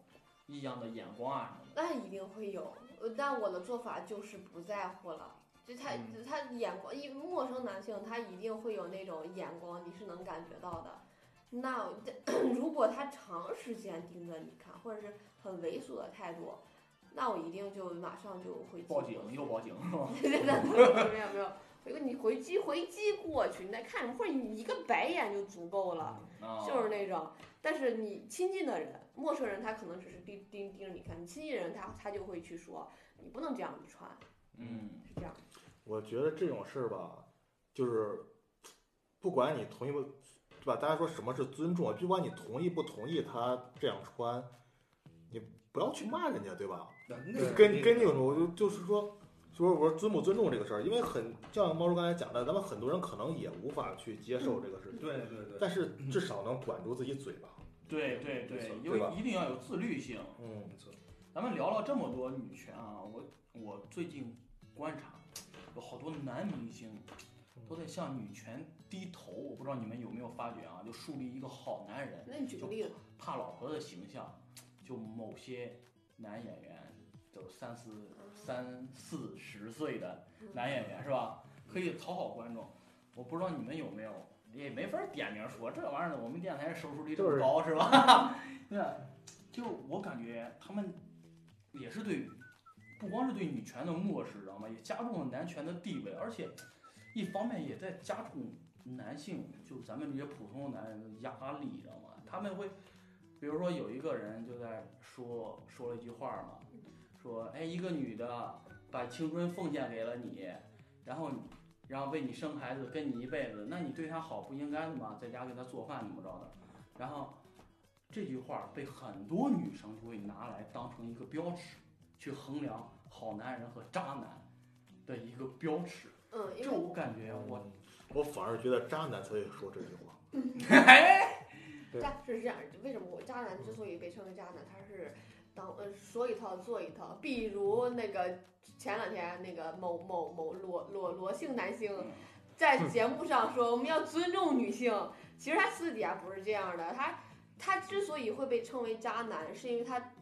异样的眼光啊什么的？那一定会有，呃但我的做法就是不在乎了。就他、嗯他眼光，一陌生男性他一定会有那种眼光，你是能感觉到的。那如果他长时间盯着你看，或者是很猥琐的态度，那我一定就马上就回击报过警去又报警是吧？对对对，没有没有。没有你回击回击过去，你再看什么，或者你一个白眼就足够了。啊，就是那种，但是你亲近的人，陌生人他可能只是盯盯盯着你看，你亲近人他他就会去说你不能这样穿，嗯是这样。我觉得这种事儿吧，就是不管你同意不，对吧？大家说什么是尊重啊？不管你同意不同意他这样穿，你不要去骂人家，对吧？那就那跟跟那种，我就就是说，就是我说尊不尊重这个事儿，因为很像猫叔刚才讲的，咱们很多人可能也无法去接受这个事情，对对对，但是至少能管住自己嘴吧。对对没错对，对吧有一定要有自律性。嗯，没错，咱们聊了这么多女权啊，我我最近观察，有好多男明星都在向女权低头，我不知道你们有没有发觉啊？就树立一个好男人、那你举个例子，怕老婆的形象，就某些男演员，就三四三四十岁的男演员是吧？可以讨好观众。我不知道你们有没有，也没法点名说这玩意儿，我们电台收视率这么高是吧？ 那就我感觉他们也是对，不光是对女权的漠视，知道吗？也加重了男权的地位，而且一方面也在加重男性，就咱们这些普通的男人的压力，知道吗？他们会，比如说有一个人就在说说了一句话嘛，说哎，一个女的把青春奉献给了你，然后你然后为你生孩子，跟你一辈子，那你对她好不应该的吗？在家给她做饭怎么着的？然后这句话被很多女生就会拿来当成一个标尺，去衡量好男人和渣男的一个标尺。嗯，因这为我感觉我，我反而觉得渣男才会说这句话。对渣是这样，为什么我渣男之所以被称为渣男，他是当呃说一套做一套，比如那个前两天那个某某某裸裸裸姓男星嗯在节目上说我们要尊重女性，其实他私底下不是这样的，他他之所以会被称为渣男，是因为他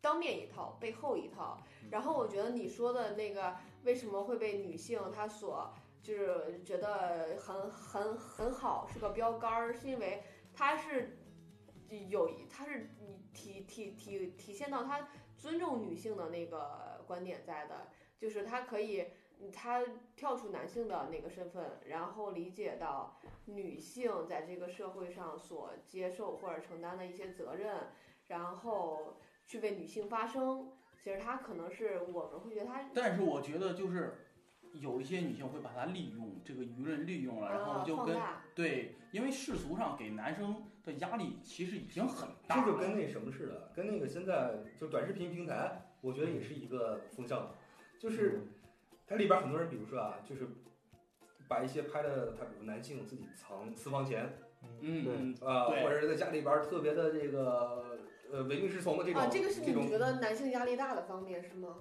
当面一套，背后一套。然后我觉得你说的那个为什么会被女性她所就是觉得很很很好是个标杆儿，是因为她是有她是体体体体现到她尊重女性的那个观点在的，就是她可以。她跳出男性的那个身份，然后理解到女性在这个社会上所接受或者承担的一些责任，然后去为女性发声。其实她可能是我们会觉得她但是我觉得就是有一些女性会把它利用，这个舆论利用了，然后呃就放跟大，对，因为世俗上给男生的压力其实已经很大这了，就跟那什么似的，跟那个现在就短视频平台，我觉得也是一个风向，就是嗯它里边很多人，比如说啊，就是把一些拍的，他比如男性自己藏私房钱嗯，嗯啊、对或者是在家里边儿特别的这个呃唯命是从的这种，啊，这个是这你种觉得男性压力大的方面是吗？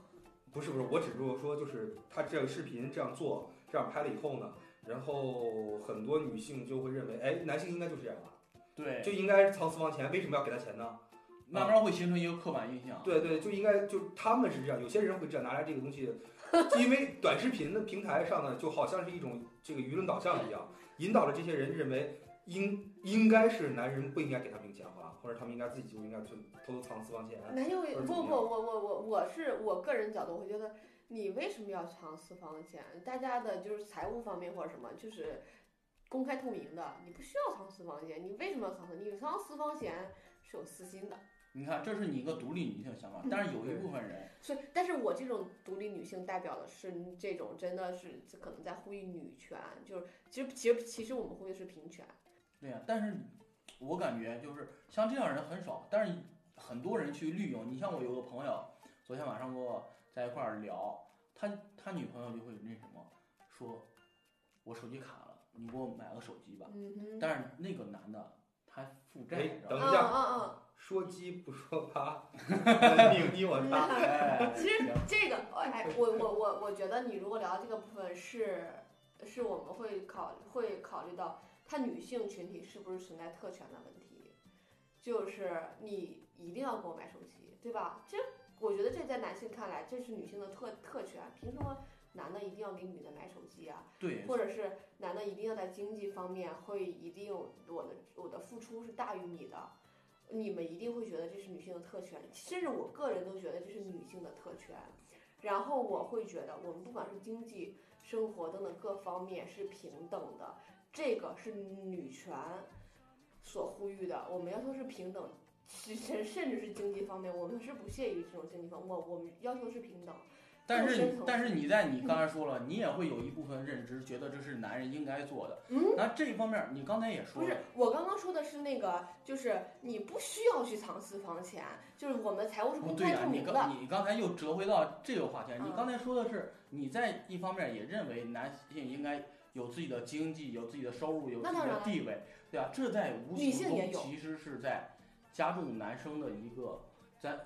不是不是，我只是说就是他这个视频这样做，这样拍了以后呢，然后很多女性就会认为，哎，男性应该就这样吧，就对，应该藏私房钱，为什么要给他钱呢？哦慢慢会形成一个刻板印象。对对，就应该就是他们是这样，有些人会这样拿来这个东西，就因为短视频的平台上呢，就好像是一种这个舆论导向一样，引导了这些人认为应应该是男人不应该给他们钱花，或者他们应该自己就应该去偷偷藏私房钱。男性或者怎么不不，样我我我我是我个人角度，我觉得你为什么要藏私房钱？大家的就是财务方面或者什么，就是公开透明的，你不需要藏私房钱，你为什么要藏私？你藏私房钱是有私心的。你看，这是你一个独立女性的想嗯法，但是有一部分人，所以，但是我这种独立女性代表的是这种，真的是可能在呼吁女权，就是其实其实其实我们呼吁的是平权。对呀、但是我感觉就是像这样人很少，但是很多人去利用。你像我有个朋友，昨天晚上跟我在一块儿聊，他他女朋友就会那什么说，我手机卡了，你给我买个手机吧。嗯但是那个男的他还负债，哎你知道等吗？一下嗯嗯说鸡不说八， 你你我嗯。他。哎其实行这个，哎，我我我我觉得你如果聊这个部分是，是我们会考会考虑到它女性群体是不是存在特权的问题，就是你一定要给我买手机，对吧？这我觉得这在男性看来这是女性的特特权，凭什么男的一定要给女的买手机啊？对，或者是男的一定要在经济方面会一定有我的我的付出是大于你的，你们一定会觉得这是女性的特权，甚至我个人都觉得这是女性的特权。然后我会觉得，我们不管是经济、生活等等各方面是平等的，这个是女权所呼吁的。我们要求是平等，甚甚至是经济方面，我们是不屑于这种经济方面，我我们要求是平等。但更是深层但是你在你刚才说了，你也会有一部分认知，觉得这是男人应该做的。嗯，那这一方面你刚才也说不是了，，我刚刚说的是那个，就是你不需要去藏私房钱，就是我们财务是不公哦对开呀、透你明的。刚你刚才又折回到这个话题，你嗯刚才说的是你在一方面也认为男性应该有自己的经济、有自己的收入、有自那己当的然地位，对吧、这在无形女性也中有其实是在加重男生的一个，咱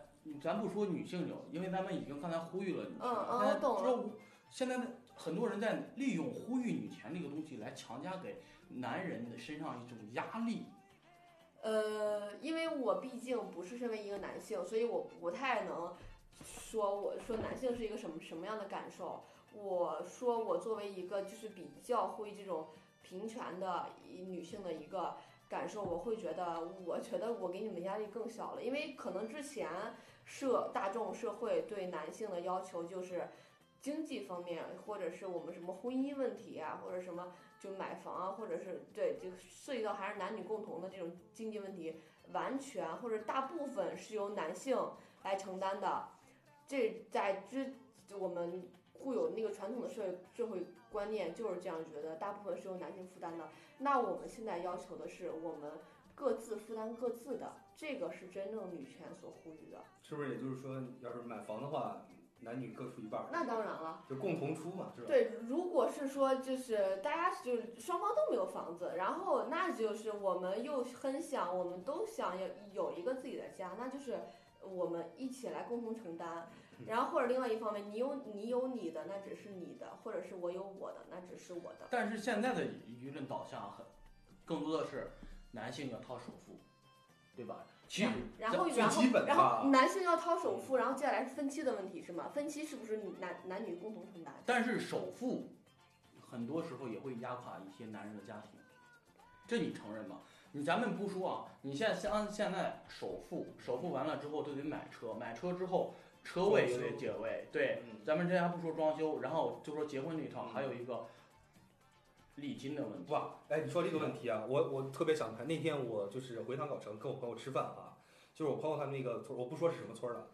咱不说女性有，因为咱们已经刚才呼吁了女性嗯了，嗯但我是懂说无现在很多人在利用呼吁女权这个东西来强加给男人的身上一种压力，呃，因为我毕竟不是身为一个男性，所以我不太能说我说男性是一个什么什么样的感受。我说我作为一个就是比较会这种平权的一女性的一个感受，我会觉得，我觉得我给你们压力更小了，因为可能之前社大众社会对男性的要求就是经济方面，或者是我们什么婚姻问题啊，或者什么就买房啊，或者是对这个涉及到还是男女共同的这种经济问题，完全或者大部分是由男性来承担的。这在之我们固有那个传统的社会社会观念就是这样觉得，大部分是由男性负担的。那我们现在要求的是，我们各自负担各自的，这个是真正女权所呼吁的。是不是也就是说，要是买房的话，男女各出一半儿，那当然了，就共同出嘛，是吧？对，如果是说就是大家就是双方都没有房子，然后那就是我们又很想，我们都想要有一个自己的家，那就是我们一起来共同承担。嗯然后或者另外一方面，你有你有你的，那只是你的；或者是我有我的，那只是我的。但是现在的舆论导向很，更多的是男性要掏首付，对吧？其实然后，最然后基本，的啊嗯然后男性要掏首付，然后接下来是分期的问题是吗？分期是不是男男女共同承担？但是首付很多时候也会压垮一些男人的家庭，这你承认吗？你咱们不说啊，你现在像现在首付，首付完了之后都得买车，买车之后车位也得解位，对，嗯咱们这还不说装修，然后就说结婚这一套，嗯还有一个礼金的问题。哇，哎，你说这个问题啊，我我特别想谈。那天我就是回唐藪城跟我朋友吃饭啊，就是我朋友他们那个村，我不说是什么村了，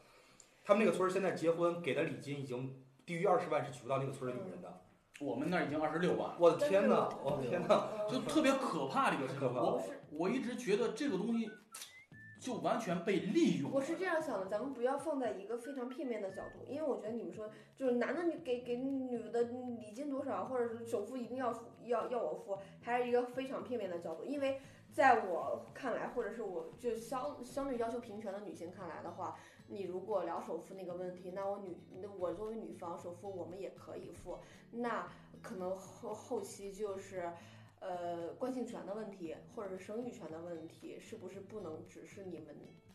他们那个村现在结婚给的礼金已经低于二十万是娶不到那个村的女人的。我们那儿已经二十六万了，我的天哪，我的但嗯是天哪！就特别可怕这个事可情。怕我我是我一直觉得这个东西就完全被利用了。我是这样想的，咱们不要放在一个非常片面的角度，因为我觉得你们说就是男的你给给女的礼金多少，或者是首付一定要付要要我付，还是一个非常片面的角度，因为在我看来，或者是我就相相对要求平权的女性看来的话，你如果聊首付那个问题，那我女那我作为女方，首付我们也可以付，那可能后后期就是。呃，惯性权的问题，或者是生育权的问题，是不是不能只是你们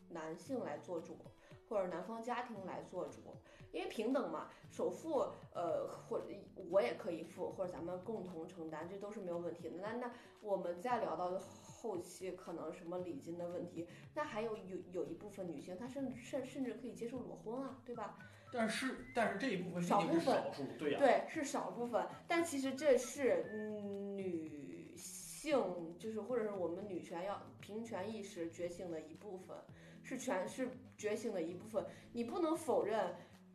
男性来做主，或者男方家庭来做主，因为平等嘛，首付呃或者我也可以付，或者咱们共同承担，这都是没有问题的。那那我们再聊到后期可能什么礼金的问题，那还有有有一部分女性她甚甚甚至可以接受裸婚啊，对吧？但是但是这一部分毕少竟是部分少数，对呀、对，是少部分，但其实这是嗯女性，就是或者是我们女权要平权意识觉醒的一部分，是全是觉醒的一部分。你不能否认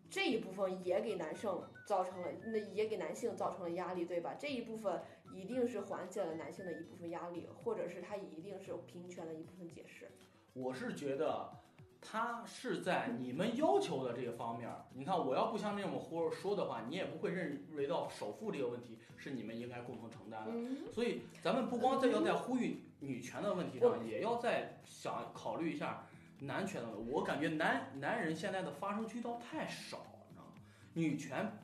这一部分也给男生造成了，那也给男性造成了压力，对吧？这一部分一定是缓解了男性的一部分压力，或者是它一定是平权的一部分解释。我是觉得他是在你们要求的这个方面儿，你看我要不像这么说说的话，你也不会认为到首付这个问题是你们应该共同承担的。嗯，所以咱们不光在要在呼吁女权的问题上，也要在想考虑一下男权的问题。我感觉男男人现在的发声渠道太少了，你知道吗？女权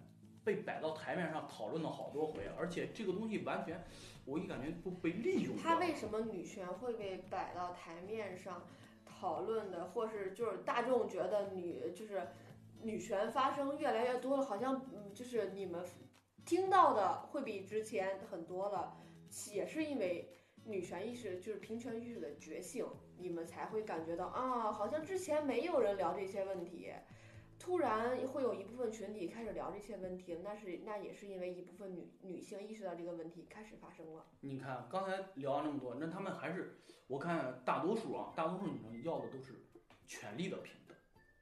被摆到台面上讨论了好多回，而且这个东西完全，我一感觉都被利用它了。为什么女权会被摆到台面上讨论的，或是就是大众觉得女就是女权发生越来越多了，好像嗯就是你们听到的会比之前很多了，也是因为。女权意识就是平权意识的觉醒，你们才会感觉到啊，好像之前没有人聊这些问题，突然会有一部分群体开始聊这些问题，那是那也是因为一部分女女性意识到这个问题开始发生了。你看刚才聊了那么多，那他们还是我看大多数啊，大多数女生要的都是权利的平等，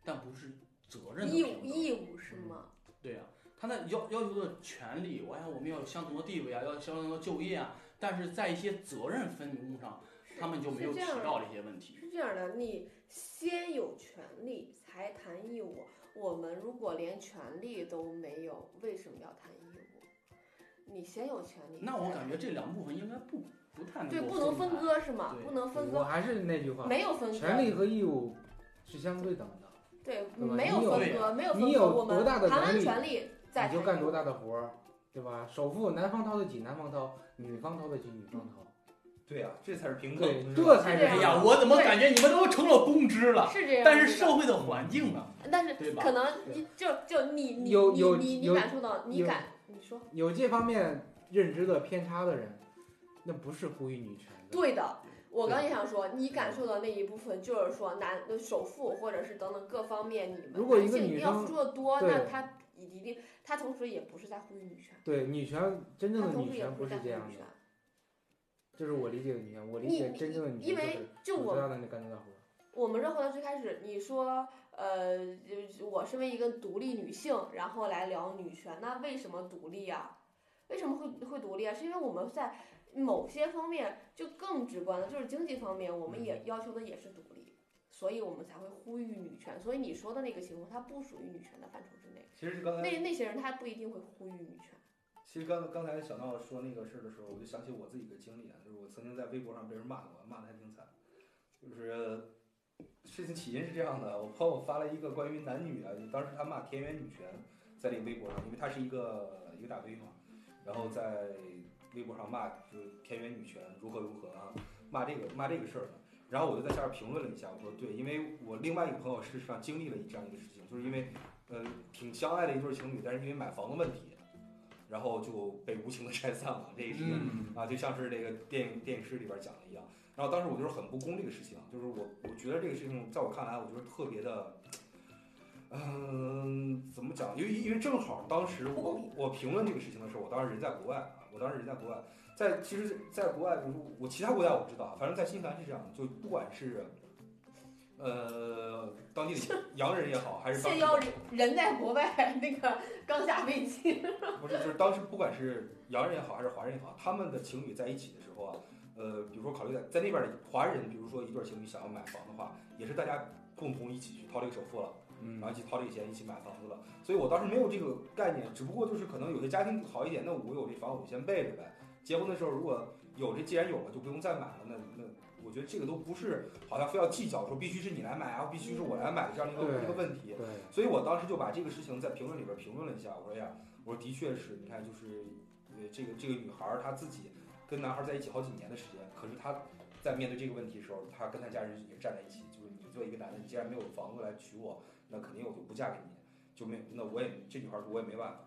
但不是责任的义平等。务义务是吗？对呀、他那要要求的权利，我想我们要有相同的地位啊，要有相同的就业啊，但是在一些责任分明上，是他们就没有是提这样到的，这些问题。是这样的，你先有权利才谈义务。我们如果连权利都没有，为什么要谈义务？你先有权利，那我再感觉这两部分应该不不太能对够不能分开。割是吗？对不能分我割，还是那句话，没有分割，权利和义务是相对等的，对对吧没你有分割，没有你分割。有我多们大的谈能完力权利再你就谈干义多务大的活儿，对吧？首付男方掏得起，男方掏；女方掏得起，女方掏。对呀、这才是平对等。，这才是这哎样呀，我怎么感觉你们都成了公知了？是这样的，但是社会的环境呢？但是对吧可能你就就你你有有你你有你感受到你有感你说有这方面认知的偏差的人，那不是呼吁女权的。对的，我对刚也想说，你感受到那一部分就是说男首付或者是等等各方面，你们如果一男个性女定要生付出的多，对那他一定，他同时也不是在呼吁女权，对女权真他正的同女时也权不是是在呼这吁样女的权，。这是我理解的女权。我理你解你真正的女因权为就是我有多大能力干多大活儿。我们绕回到最开始，你说，呃，就我身为一个独立女性，然后来聊女权，那为什么独立啊？为什么会会独立啊？是因为我们在某些方面就更直观的，就是经济方面，我们也要求的也是独立，所以我们才会呼吁女权。所以你说的那个情况，它不属于女权的范畴之内。其实刚才那那些人他不一定会呼吁女权。其实刚刚才小闹说那个事儿的时候，我就想起我自己的经历啊，就是我曾经在微博上被人骂过，骂的还挺惨。就是事情起因是这样的，我朋友发了一个关于男女啊，当时他骂田园女权，在那个微博上，因为他是一个一个大 V 嘛，然后在微博上骂就是田园女权如何如何啊，骂这个骂这个事儿呢。然后我就在下边评论了一下，我说对，因为我另外一个朋友事实上经历了这样一个事情，就是因为呃挺相爱的一对情侣，但是因为买房的问题，然后就被无情的拆散了。这个事情、嗯啊，就像是这个电影电影诗里边讲的一样。然后当时我就是很不公这个事情，就是我我觉得这个事情在我看来，我觉得特别的，嗯、怎么讲？因为因为正好当时不公我我平评论这个事情的时候，我当时人在国外啊，我当时人在国外，在其实在国外，比如说我其他国家我不知道，啊反正在新西兰是这样的，就不管是。呃，当地的洋人也好，还是当现地要人人在国外，那个刚下飞机，不是，就是当时不管是洋人也好，还是华人也好，他们的情侣在一起的时候啊，呃，比如说考虑在在那边的华人，比如说一对情侣想要买房的话，也是大家共同一起去掏这个首付了，然后嗯一起掏这个钱，一起买房子了。所以我当时没有这个概念，只不过就是可能有些家庭好一点，那我有这房我就先备着呗。结婚的时候如果有这，既然有了就不用再买了，那那。我觉得这个都不是好像非要计较说必须是你来买啊，必须是我来买这样的一个对一个问题。对，所以我当时就把这个事情在评论里边评论了一下，我说哎呀，我说的确是，你看就是，呃，这个这个女孩儿她自己跟男孩儿在一起好几年的时间，可是她在面对这个问题的时候，她跟她家人也站在一起，就是你作为一个男的，你既然没有房子来娶我，那肯定我就不嫁给你，就没那我也这女孩儿我也没办法，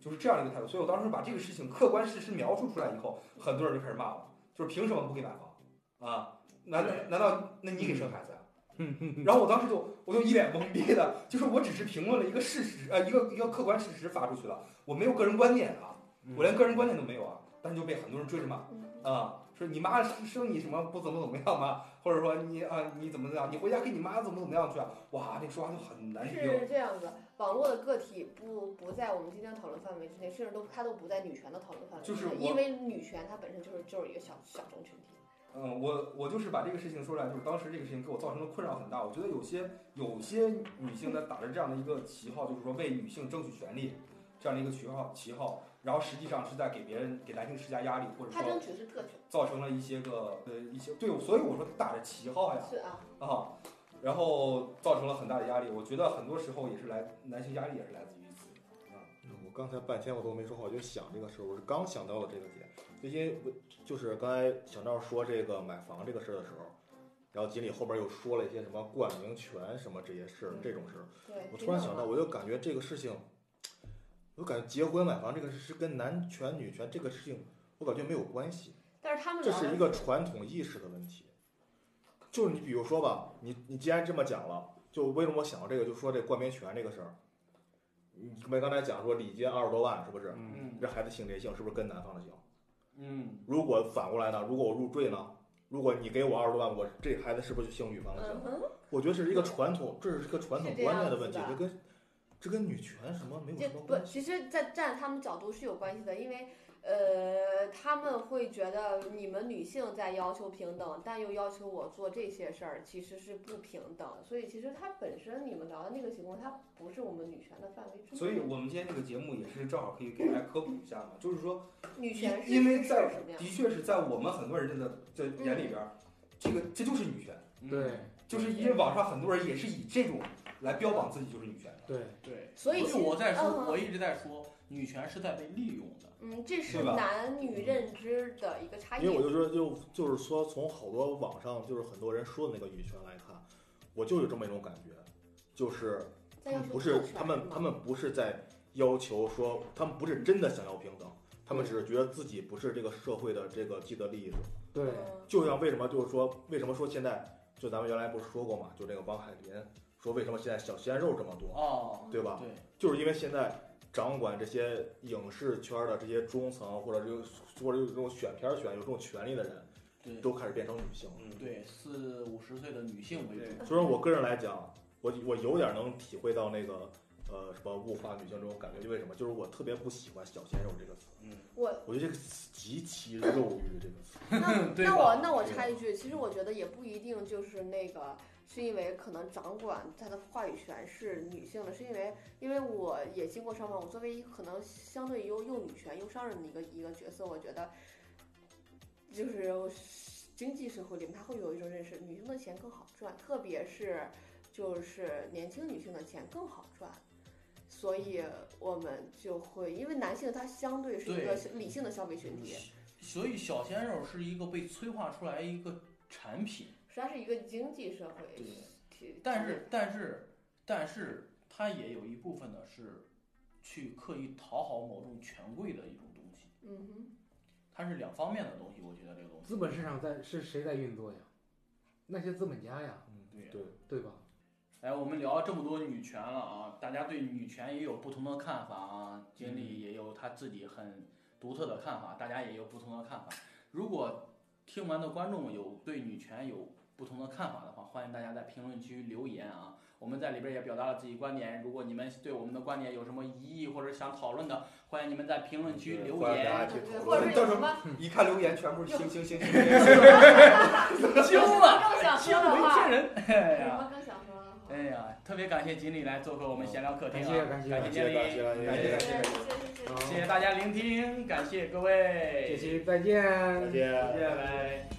就是这样一个态度。所以我当时把这个事情客观事实描述出来以后，很多人就开始骂我，就是凭什么不给买房啊？难道难道那你给生孩子呀、然后我当时就我就一脸懵逼的，就是我只是评论了一个事实，呃，一个一个客观事实发出去了，我没有个人观点啊，嗯我连个人观点都没有啊，但是就被很多人追着骂啊，说你妈生生你什么不怎么怎么样嘛，或者说你啊你怎么怎么样，你回家跟你妈怎么怎么样去啊，哇，那个说话就很难听，是这样子。网络的个体不不在我们今天讨论范围之内，甚至都它都不在女权的讨论范围之内，就是我因为女权它本身就是就是一个小小众群体。嗯，我我就是把这个事情说出来，就是当时这个事情给我造成的困扰很大。我觉得有些有些女性在打着这样的一个旗号，就是说为女性争取权利这样的一个旗号旗号，然后实际上是在给别人给男性施加压力，或者它说争取的是特权，造成了一些个呃一些对，所以我说打着旗号呀是啊，啊，然后造成了很大的压力。我觉得很多时候也是来男性压力也是来自于啊此。我刚才半天我都没说话，我就想这个事儿，我是刚想到了这个点。最近我就是刚才小闹说这个买房这个事儿的时候，然后锦鲤后边又说了一些什么冠名权什么这些事儿嗯这种事儿，对。我挺突然好想的到，我就感觉这个事情，我感觉结婚买房这个是跟男权女权这个事情，我感觉没有关系。但是他们这聊是的一个传统意识的问题。就是你比如说吧，你你既然这么讲了，就为什么我想到这个，就说这冠冕权这个事儿。你们刚才讲说礼金二十多万是不是？嗯，嗯这孩子姓谁姓是不是跟男方的姓？嗯，如果反过来呢？如果我入赘呢？如果你给我二十多万，我这孩子是不是就姓女方的姓嗯？哼，我觉得这是一个传统，这是一个传统是这观样念的子问题，的这跟这跟女权什么没有这什么不，关系。其实，在站他们角度是有关系的，因为呃，他们会觉得你们女性在要求平等，但又要求我做这些事儿，其实是不平等。所以，其实它本身你们聊的那个情况，它不是我们女权的范围之内。所以我们今天这个节目也是正好可以给大家科普一下嘛，就是说。女权是因因为是在什么呀？的确是在我们很多人的这眼里边儿，这个这就是女权，嗯嗯对就是因为网上很多人也是以这种来标榜自己就是女权的。对，对，所以其实我在说，嗯我一直在说，女权是在被利用的。嗯，这是对吧男女认知的一个差异。因为我就说，就就是说，从好多网上就是很多人说的那个女权来看，我就有这么一种感觉，就是在要求嗯不是特权他们吗他们不是在要求说，他们不是真的想要平等，他们只是觉得自己不是这个社会的这个既得利益者。对，嗯就像为什么就是说，为什么说现在就咱们原来不是说过嘛，就这个王海林说为什么现在小鲜肉这么嗯多，哦，对吧？对，就是因为现在掌管这些影视圈的这些中层或者就或者有这种选片选有这种权利的人，对，都开始变成女性了。嗯，对，四五十岁的女性为主。所以说我个人来讲，我我有点能体会到那个呃什么物化女性这种感觉，就为什么？就是我特别不喜欢“小鲜肉”这个词，嗯，我我觉得这个词极其肉欲这个词。那对那我吧那我插一句，其实我觉得也不一定就是那个，是因为可能掌管他的话语权是女性的，是因为因为我也经过商场，我作为一个可能相对又又女权又商人的一个一个角色，我觉得就是经济社会里面，他会有一种认识，女性的钱更好赚，特别是就是年轻女性的钱更好赚。所嗯以我们就会，因为男性他相对是一个理嗯性的消费群体，所以小鲜肉是一个被催化出来一个产品，它是一个经济社会对体，但是但是但是，它也有一部分呢是去刻意讨好某种权贵的一种东西，嗯哼，它是两方面的东西。我觉得这个东西，资本市场在是谁在运作呀？那些资本家呀，对呀对，对吧？哎，我们聊了这么多女权了啊，大家对女权也有不同的看法啊，经嗯理也有他自己很独特的看法，大家也有不同的看法。如果听完的观众有对女权有不同的看法的话，欢迎大家在评论区留言啊。我们在里边也表达了自己观点，如果你们对我们的观点有什么疑义或者想讨论的，欢迎你们在评论区留欢迎大言家。去对，讨嗯或者论是有什么一看留言全部是星星星星，惊有什了，么更想惊说的为话，天人！哎有什呀，么更想说的话？哎呀，特别感谢经理来做客我们闲聊客厅感啊，谢感谢感感谢感谢经理，感谢谢感谢，谢谢谢谢。谢谢大家聆听，感谢各位，这期再见。再见再见，拜拜。